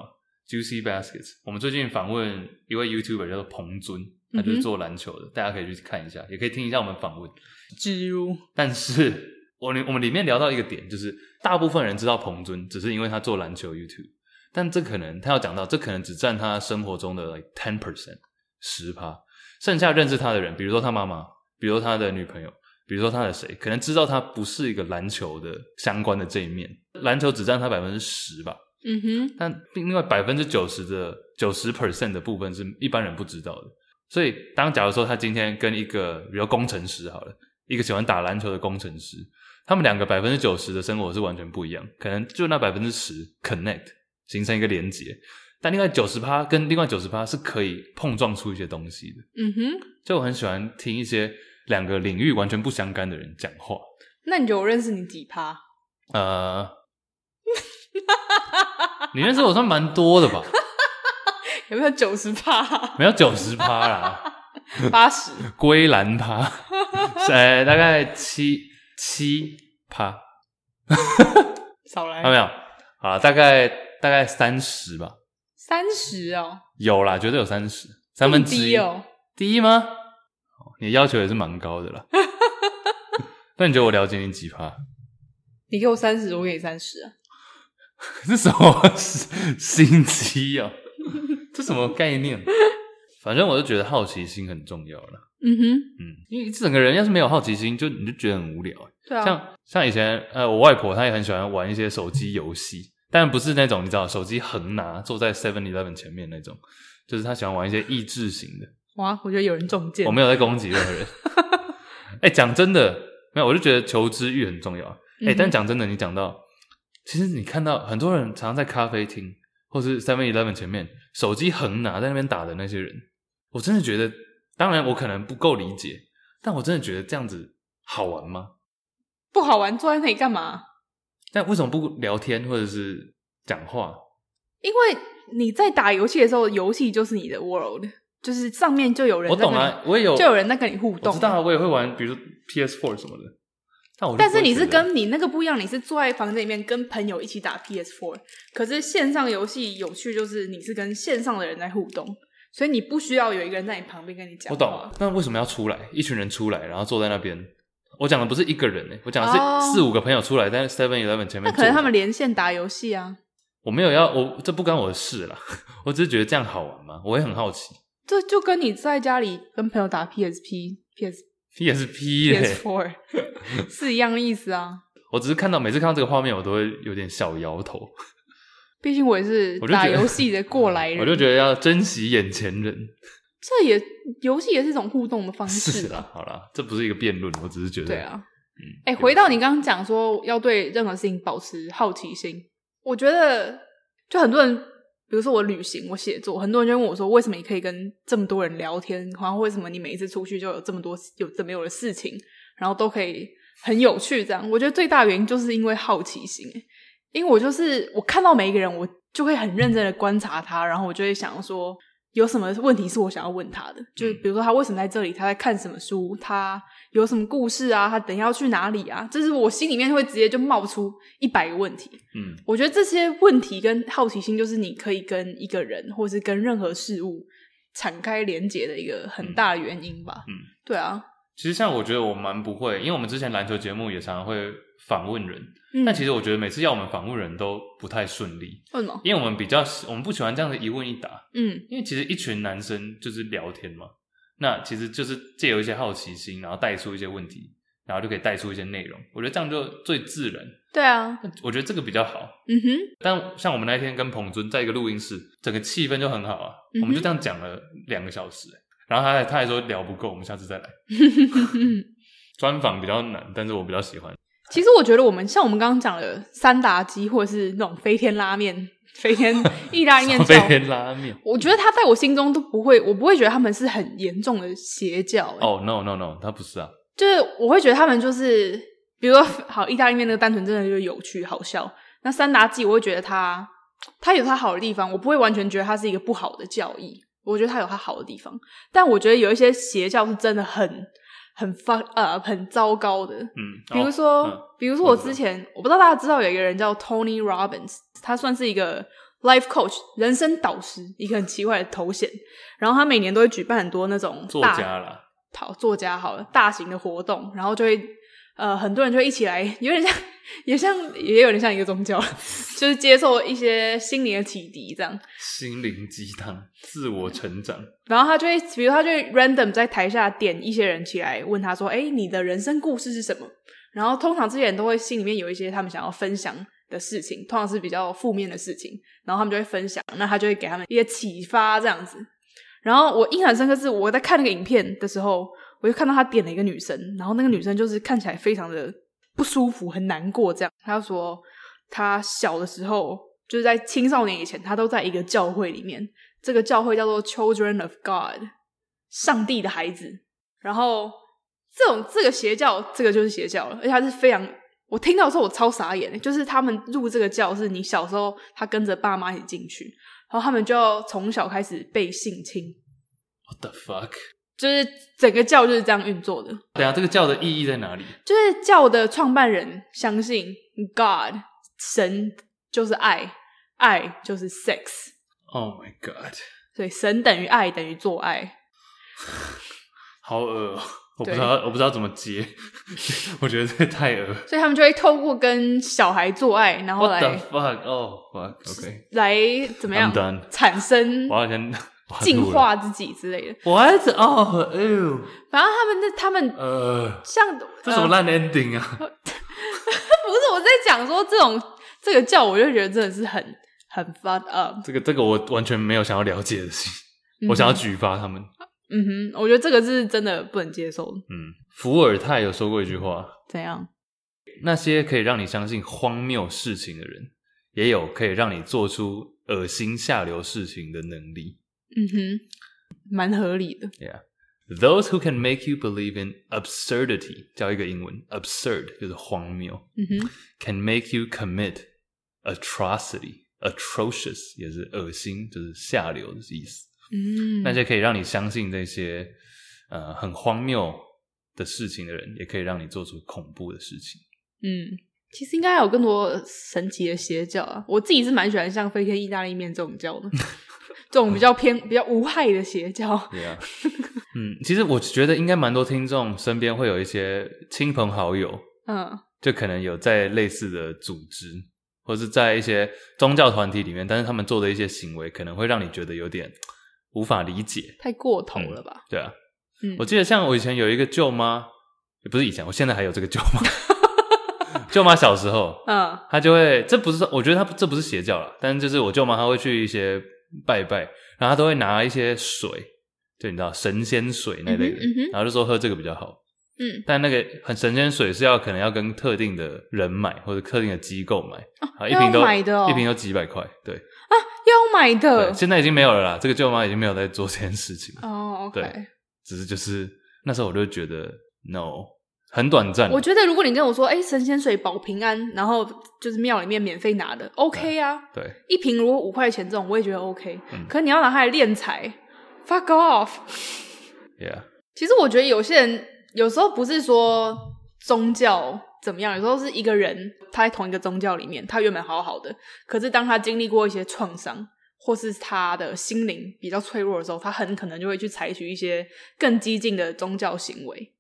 S1: ，Juicy Baskets，我们最近访问一位 YouTuber 叫做彭尊，他就
S2: 嗯
S1: 是
S2: 哼
S1: 做篮球的，大家可以去看一下，也可以听一下我们访问。
S2: 植入，
S1: 但是我里我们里面聊到一个点，就是大部分人知道彭尊，只是因为他做篮球 YouTube，但这可能他要讲到，这可能只占他生活中的 ten percent 十趴，剩下认识他的人，比如说他妈妈，比如说他的女朋友，比如说他的谁，可能知道他不是一个篮球的相关的这一面，篮球只占他百分之十吧，
S2: 嗯哼，
S1: 但另外百分之九十的九十 percent 的部分是一般人不知道的。所以，当假如说他今天跟一个，比如工程师好了，一个喜欢打篮球的工程师，他们两个百分之九十的生活是完全不一样，可能就那百分之十 connect 形成一个连接，但另外九十趴跟另外九十趴是可以碰撞出一些东西的。
S2: 嗯哼。
S1: 就我很喜欢听一些两个领域完全不相干的人讲话，
S2: 那你觉得我认识你几趴？
S1: 呃，你认识我算蛮多的吧？
S2: 有没有九十趴？
S1: 没有九十趴啦，
S2: 八十？
S1: 归兰趴，呃，大概七七趴，
S2: 少
S1: 看到没
S2: 来
S1: 有？啊，大概大概三十吧，
S2: 三十哦，
S1: 有啦，绝对有三十，
S2: 这
S1: 三
S2: 么
S1: 分之
S2: 低
S1: 一，
S2: 哦。
S1: 第一吗？哦你的要求也是蛮高的 啦。那你觉得我了解你几趴？
S2: 你给我三十，我给你三十啊。
S1: 这什么心机啊？ 这什么概念？ 反正我就觉得好奇心很重要了。
S2: 嗯哼，
S1: 嗯，因为整个人要是没有好奇心，就你就觉得很无聊、
S2: 对啊，
S1: 像像以前呃，我外婆她也很喜欢玩一些手机游戏，但不是那种你知道手机横拿坐在 Seven Eleven 前面那种，就是她喜欢玩一些益智型 的。
S2: 哇，我觉得有人中箭
S1: 我。没有在攻击任何 人。哎、讲真的，没有，我就觉得求知欲很重要啊。哎、
S2: 嗯哼
S1: 但讲真的，你讲到，其实你看到很多人常常在咖啡厅或是 Seven Eleven 前面手机横拿在那边打的那些人，我真的觉得，当然我可能不够理解，但我真的觉得这样子好玩吗？
S2: 不好玩，坐在那里干嘛？
S1: 但为什么不聊天或者是讲话？
S2: 因为你在打游戏的时候，游戏就是你的 world，就是上面就有人
S1: 我
S2: 在跟
S1: 懂
S2: 你，
S1: 啊，我也有，
S2: 就有人在跟你互
S1: 我
S2: 动
S1: 知。道啊，我也会玩，比如说 PS Four 什么的。但我就
S2: 但
S1: 不
S2: 是
S1: 会
S2: 你是
S1: 觉得
S2: 跟你那个不一样，你是坐在房间里面跟朋友一起打 PS4，可是线上游戏有趣就是你是跟线上的人在互动，所以你不需要有一个人在你旁边跟你讲
S1: 我
S2: 话。
S1: 懂，那为什么要出来？一群人出来，然后坐在那边。我讲的不是一个人欸呢、我讲的
S2: 哦
S1: 是四五个朋友出来，在 Seven Eleven 前面坐着。
S2: 那可能他们连线打游戏啊，
S1: 我没有要我这不干我的事啦，我只是觉得这样好玩嘛，我也很好奇。
S2: 这就跟你在家里跟朋友打 PSP、PS、
S1: PSP 耶、
S2: PS4 是一样的意思啊。
S1: 我只是看到每次看到这个画面，我都会有点小摇头。
S2: 毕竟我也是
S1: 我就
S2: 打
S1: 觉得
S2: 游戏的过来人，
S1: 我就觉得要珍惜眼前人。
S2: 这也游戏哦也是一种互动的方式
S1: 是啊
S2: 吧？
S1: 啦，好啦，这不是一个辩论，我只是觉得
S2: 对啊，
S1: 嗯
S2: 哎、回到你刚刚讲说要对任何事情保持好奇心，我觉得就很多人，比如说我旅行，我写作，很多人就问我说，为什么你可以跟这么多人聊天，然后为什么你每一次出去就有这么多有这么有的事情，然后都可以很有趣这样？我觉得最大原因就是因为好奇心、哎因为我就是我看到每一个人，我就会很认真的观察他，然后我就会想说，有什么问题是我想要问他的，就是比如说他为什么在这里，他在看什么书，他有什么故事啊，他等一下要去哪里啊，这是我心里面会直接就冒出一百个问题。
S1: 嗯，
S2: 我觉得这些问题跟好奇心，就是你可以跟一个人，或是跟任何事物敞开连接的一个很大的原因吧。
S1: 嗯，
S2: 对啊，
S1: 其实像我觉得我蛮不会，因为我们之前篮球节目也常常会访问人，
S2: 嗯，
S1: 但其实我觉得每次要我们访问人都不太顺利，
S2: 为什么？
S1: 因为我们比较喜我们不喜欢这样的一问一答，
S2: 嗯
S1: 因为其实一群男生就是聊天嘛，那其实就是借由一些好奇心，然后带出一些问题，然后就可以带出一些内容，我觉得这样就最自然，，
S2: 对啊，
S1: 我觉得这个比较好。
S2: 嗯哼，
S1: 但像我们那天跟彭尊在一个录音室，整个气氛就很好啊，
S2: 嗯哼
S1: 我们就这样讲了两个小时、欸然后他还他还说聊不够，我们下次 再来。专访比较难，但是我比较喜欢。
S2: 其实我觉得我们像我们刚刚讲的三达鸡，或者是那种飞天拉面、 飞天意大利面
S1: 飞
S2: 教，
S1: 天拉面。
S2: 我觉得他在我心中都不会，我不会觉得他们是很严重的邪教、欸
S1: 哦、no no no，他不是啊，
S2: 就是我会觉得他们就是，比如说好意大利面那个单纯真的就是有趣好笑，那三达记我会觉得它它有它好的地方，我不会完全觉得它是一个不好的教义，我觉得它有它好的地方，但我觉得有一些邪教是真的很很发呃很糟糕的，
S1: 嗯，
S2: 比如
S1: 哦
S2: 说，
S1: 嗯
S2: 比如说我之前我不知道大家知道有一个人叫 Tony Robbins，他算是一个 life coach 人生导师，一个很奇怪的头衔。然后他每年都会举办很多那种
S1: 作
S2: 大
S1: 家啦，
S2: 好作家好了大型的活动，然后就会呃很多人就会一起来，有点像 也像也有点像一个宗教， 就是接受一些心灵的启迪这样。
S1: 心灵鸡汤，自我成长。
S2: 然后他就会，比如他就会 random 在台下点一些人起来，问他说：“哎，你的人生故事是什么？”然后通常这些人都会心里面有一些他们想要分享的事情，通常是比较负面的事情，然后他们就会分享，那他就会给他们一些启发这样子。然后我印象很深刻是我在看那个影片的时候，我就看到他点了一个女生，然后那个女生就是看起来非常的不舒服，很难过这样。他就说他小的时候就是在青少年以前，他都在一个教会里面，这个教会叫做 Children of God，上帝的孩子。然后这种这个邪教，这个就是邪教了，而且它是非常，我听到的时候我超傻眼的，就是他们入这个教是你小时候他跟着爸妈一起进去，然后他们就要从小开始被性侵，
S1: What the fuck？
S2: 就是整个教就是这样运作的。
S1: 等一下这个教的意义在哪里？
S2: 就是教的创办人相信 God，神就是爱，爱就是 sex，
S1: Oh my god，
S2: 所以神等于爱等于做爱。
S1: 好恶、哦，我不
S2: 对
S1: 知道我不知道怎么接， 我觉得这太恶。
S2: 所以他们就会透过跟小孩做爱，然后
S1: What
S2: 来
S1: the fuck？哦、fuck，OK，、
S2: 来怎么样
S1: I'm done
S2: 产生
S1: 我好像我要
S2: 进
S1: 吐了
S2: 化自己之类的。
S1: What？哦，哎呦，
S2: 反正他们那他们
S1: 呃，
S2: 像
S1: 这什么
S2: 呃
S1: 烂 ending 啊？
S2: 不是我在讲说这种这个教，我就觉得真的是很很 fucked up。
S1: 这个这个我完全没有想要了解的事情，
S2: 嗯
S1: 我想要举发他们。
S2: 嗯哼，我觉得这个是真的不能接受的。
S1: 嗯，伏尔泰有说过一句话：
S2: 怎样？
S1: 那些可以让你相信荒谬事情的人，也有可以让你做出恶心下流事情的能力。
S2: 嗯哼，蛮合理的。嗯
S1: Those who can make you believe in absurdity，叫一个英文，absurd 就是荒谬。
S2: 嗯哼，
S1: can make you commit atrocity, atrocious 也是恶心，就是下流的意思。
S2: 嗯，
S1: 那些可以让你相信这些呃很荒谬的事情的人，也可以让你做出恐怖的事情。
S2: 嗯，其实应该还有更多神奇的邪教啊。我自己是蛮喜欢像飞天意大利面这种教的， 这种比较偏比较无害的邪教。
S1: 对啊， 嗯，其实我觉得应该蛮多听众身边会有一些亲朋好友，
S2: 嗯
S1: 就可能有在类似的组织，或是在一些宗教团体里面，但是他们做的一些行为，可能会让你觉得有点无法理解。
S2: 太过头了吧？
S1: 对啊，
S2: 嗯
S1: 我记得像我以前有一个舅妈，也不是以前，我现在还有这个舅妈。 舅妈小时候，
S2: 嗯
S1: 她就会，这不是，我觉得她不这不是邪教啦，但是就是我舅妈她会去一些拜拜，然后她都会拿一些水，就你知道神仙水那类的，
S2: 嗯哼嗯哼
S1: 然后就说喝这个比较好。
S2: 嗯，
S1: 但那个很神仙水是要可能要跟特定的人买或者特定的机构买，啊，一瓶都
S2: 要买的哦
S1: 一瓶都几百块，对
S2: 啊要买的
S1: 对，现在已经没有了啦，这个舅妈已经没有在做这件事情了。
S2: 哦。OK，
S1: 对只是就是那时候我就觉得 no 很短暂，
S2: 我觉得如果你跟我说，哎、神仙水保平安，然后就是庙里面免费拿的，OK 啊。
S1: 对
S2: 一瓶如果五块钱这种，我也觉得 OK、
S1: 嗯
S2: 可你要拿它来敛财， fuck off。
S1: Yeah，
S2: 其实我觉得有些人有时候不是说宗教怎么样，有时候是一个人他在同一个宗教里面，他原本好好的，可是当他经历过一些创伤，或是他的心灵比较脆弱的时候，他很可能就会去采取一些更激进的宗教行为。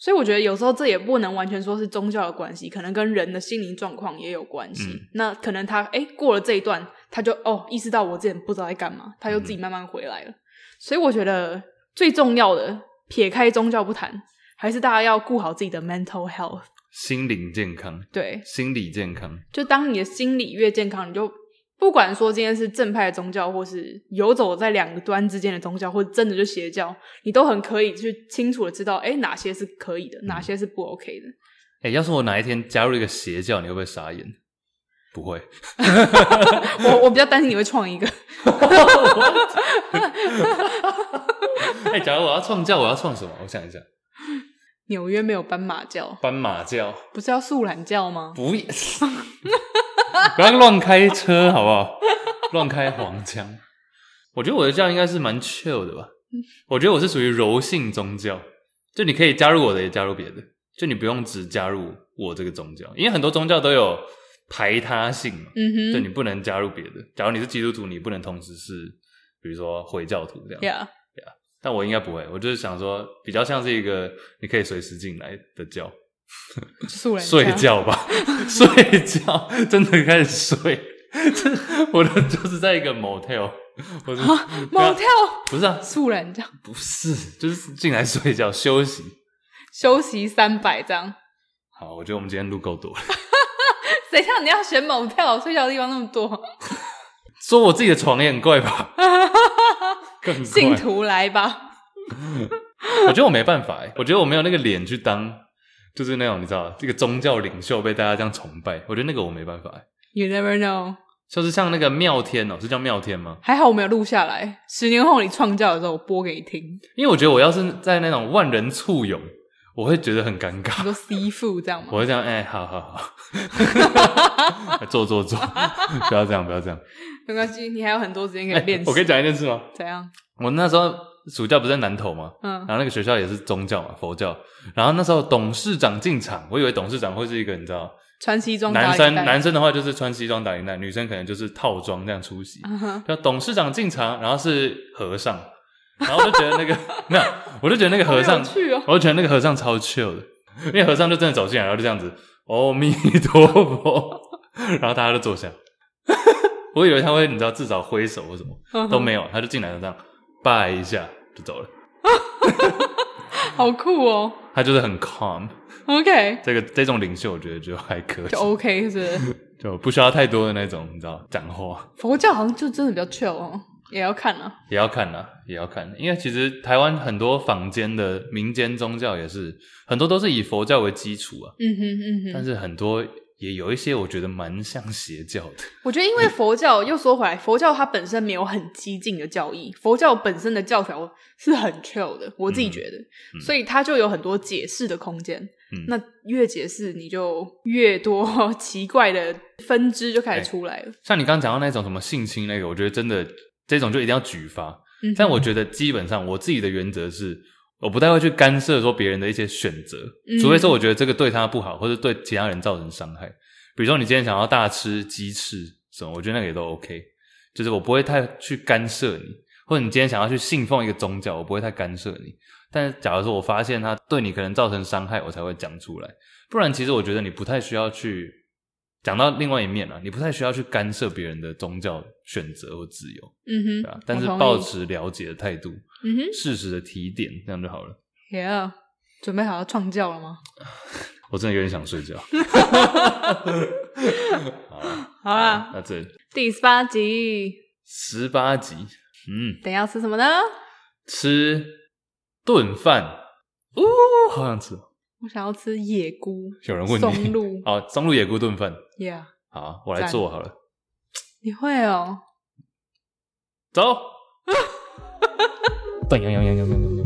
S2: 所以我觉得有时候这也不能完全说是宗教的关系，可能跟人的心灵状况也有关系。
S1: 嗯
S2: 那可能他哎过了这一段，他就哦意识到我之前不知道在干嘛，他就自己慢慢回来了。所以我觉得最重要的，撇开宗教不谈，还是大家要顾好自己的 mental health。
S1: 心灵健康，
S2: 对，
S1: 心理健康，
S2: 就当你的心理越健康，你就不管说今天是正派的宗教，或是游走在两个端之间的宗教，或者真的就邪教，你都很可以去清楚的知道，哎、哪些是可以的，哪些是不 OK 的。
S1: 哎、要是我哪一天加入一个邪教，你会不会傻眼？不会，
S2: 我我比较担心你会创一个，
S1: 哎、假如我要创教，我要创什么？我想一下，
S2: 纽约没有斑马教，
S1: 斑马教，
S2: 不是要素懒教吗？
S1: 不要， 不要乱开车，好不好？乱开黄腔。我觉得我的教应该是蛮 chill 的吧。我觉得我是属于柔性宗教，就你可以加入我的，也加入别的，就你不用只加入我这个宗教，因为很多宗教都有排他性嘛，
S2: 嗯
S1: 就
S2: 哼
S1: 你不能加入别的。假如你是基督徒，你不能同时是比如说回教徒这样。
S2: ，Yeah，
S1: 但我应该不会，我就是想说，比较像是一个你可以随时进来的教。
S2: 素懒
S1: 睡觉吧，睡觉，真的开始睡。我的就是在一个 motel，我是
S2: 某跳
S1: 不是啊，
S2: 素懒教，
S1: 不是，就是进来睡觉休息。
S2: 休息三百这样。
S1: 好，我觉得我们今天录够多了。
S2: 谁像你要选某跳睡觉的地方那么多？
S1: 说我自己的床也很怪吧，更
S2: 信
S1: 怪。
S2: 徒来吧，
S1: 我觉得我没办法、欸，我觉得我没有那个脸去当，就是那种你知道，这个宗教领袖被大家这样崇拜，我觉得那个我没办法、欸。
S2: You never know。
S1: 就是像那个妙天哦、是叫妙天吗？
S2: 还好我没有录下来，十年后你创教的时候我播给你听。
S1: 因为我觉得我要是在那种万人簇拥，我会觉得很尴
S2: 你
S1: 尬，
S2: 说 C 父这样吗
S1: 我？会这样，哎、好好好， 坐坐坐，不要这样，不要这样。
S2: 没关系，你还有很多时间可
S1: 哎
S2: 以练习。
S1: 我可以讲一件事吗？
S2: 怎样？
S1: 我那时候暑假不是在南投吗？
S2: 嗯
S1: 然后那个学校也是宗教嘛，佛教。然后那时候董事长进场，我以为董事长会是一个你知道，
S2: 穿西装打
S1: 男
S2: 领
S1: 生
S2: 带
S1: 男生的话就是穿西装打领带，女生可能就是套装这样出席。
S2: 嗯 哼
S1: 就董事长进场，然后是和尚，然后我就觉得那个 没有，我就觉得那个和尚
S2: 好有趣哦
S1: 我就觉得那个和尚超 chill 的，因为和尚就真的走进来，然后就这样子，阿弥陀佛，然后大家就坐下。我以为他会，你知道，至少挥手或什么
S2: 嗯哼
S1: 都没有，他就进来就这样拜一下就走了，
S2: 好酷哦。
S1: 他就是很 calm。
S2: OK，
S1: 这个这种领袖，我觉得就还可以，
S2: 就 OK 是不是
S1: 就不需要太多的那种，你知道，讲话。
S2: 佛教好像就真的比较 chill 哦，也要看啊。
S1: 也要看啦，也要看，因为其实台湾很多坊间的民间宗教也是很多都是以佛教为基础啊，
S2: 嗯哼嗯
S1: 但
S2: 哼，
S1: 是很多也有一些我觉得蛮像邪教的。
S2: 我觉得因
S1: 嗯
S2: 为佛教又说回来，佛教它本身没有很激进的教义，佛教本身的教条是很 chill 的，我自己觉得，
S1: 嗯
S2: 所以它就有很多解释的空间。
S1: 嗯
S2: 那越解释，你就越多奇怪的分支就
S1: 哎
S2: 开始出来了。
S1: 像你刚刚讲到那种什么性侵那个，我觉得真的这种就一定要举发。
S2: 嗯哼
S1: 但我觉得基本上我自己的原则是，我不太会去干涉说别人的一些选择，
S2: 嗯
S1: 除非说我觉得这个对他不好，或者对其他人造成伤害。比如说你今天想要大吃鸡翅什么，我觉得那个也都 OK，就是我不会太去干涉你，或者你今天想要去信奉一个宗教，我不会太干涉你。但是假如说我发现他对你可能造成伤害，我才会讲出来。不然，其实我觉得你不太需要去讲到另外一面啊了，你不太需要去干涉别人的宗教选择或自由，
S2: 嗯
S1: 对
S2: 哼
S1: 吧？，但是
S2: 我同意
S1: 保持了解的态度，
S2: 嗯哼
S1: 适时的提点，这样就好了。
S2: ，Yeah，准备好要创教了吗？
S1: 我真的有点想睡觉。 好啦，
S2: 好啦，
S1: 那这
S2: 第十八集，
S1: 十八集，嗯，
S2: 等一下吃什么呢？
S1: 吃顿饭，哦，好想吃哦。
S2: 我想要吃野菇、
S1: 有人问
S2: 松
S1: 你，
S2: 露
S1: 哦，松露野菇炖饭，
S2: ，Yeah，
S1: 好，我来
S2: 赞
S1: 做好了，
S2: 你会哦。
S1: 走。噔，羊羊羊羊羊羊。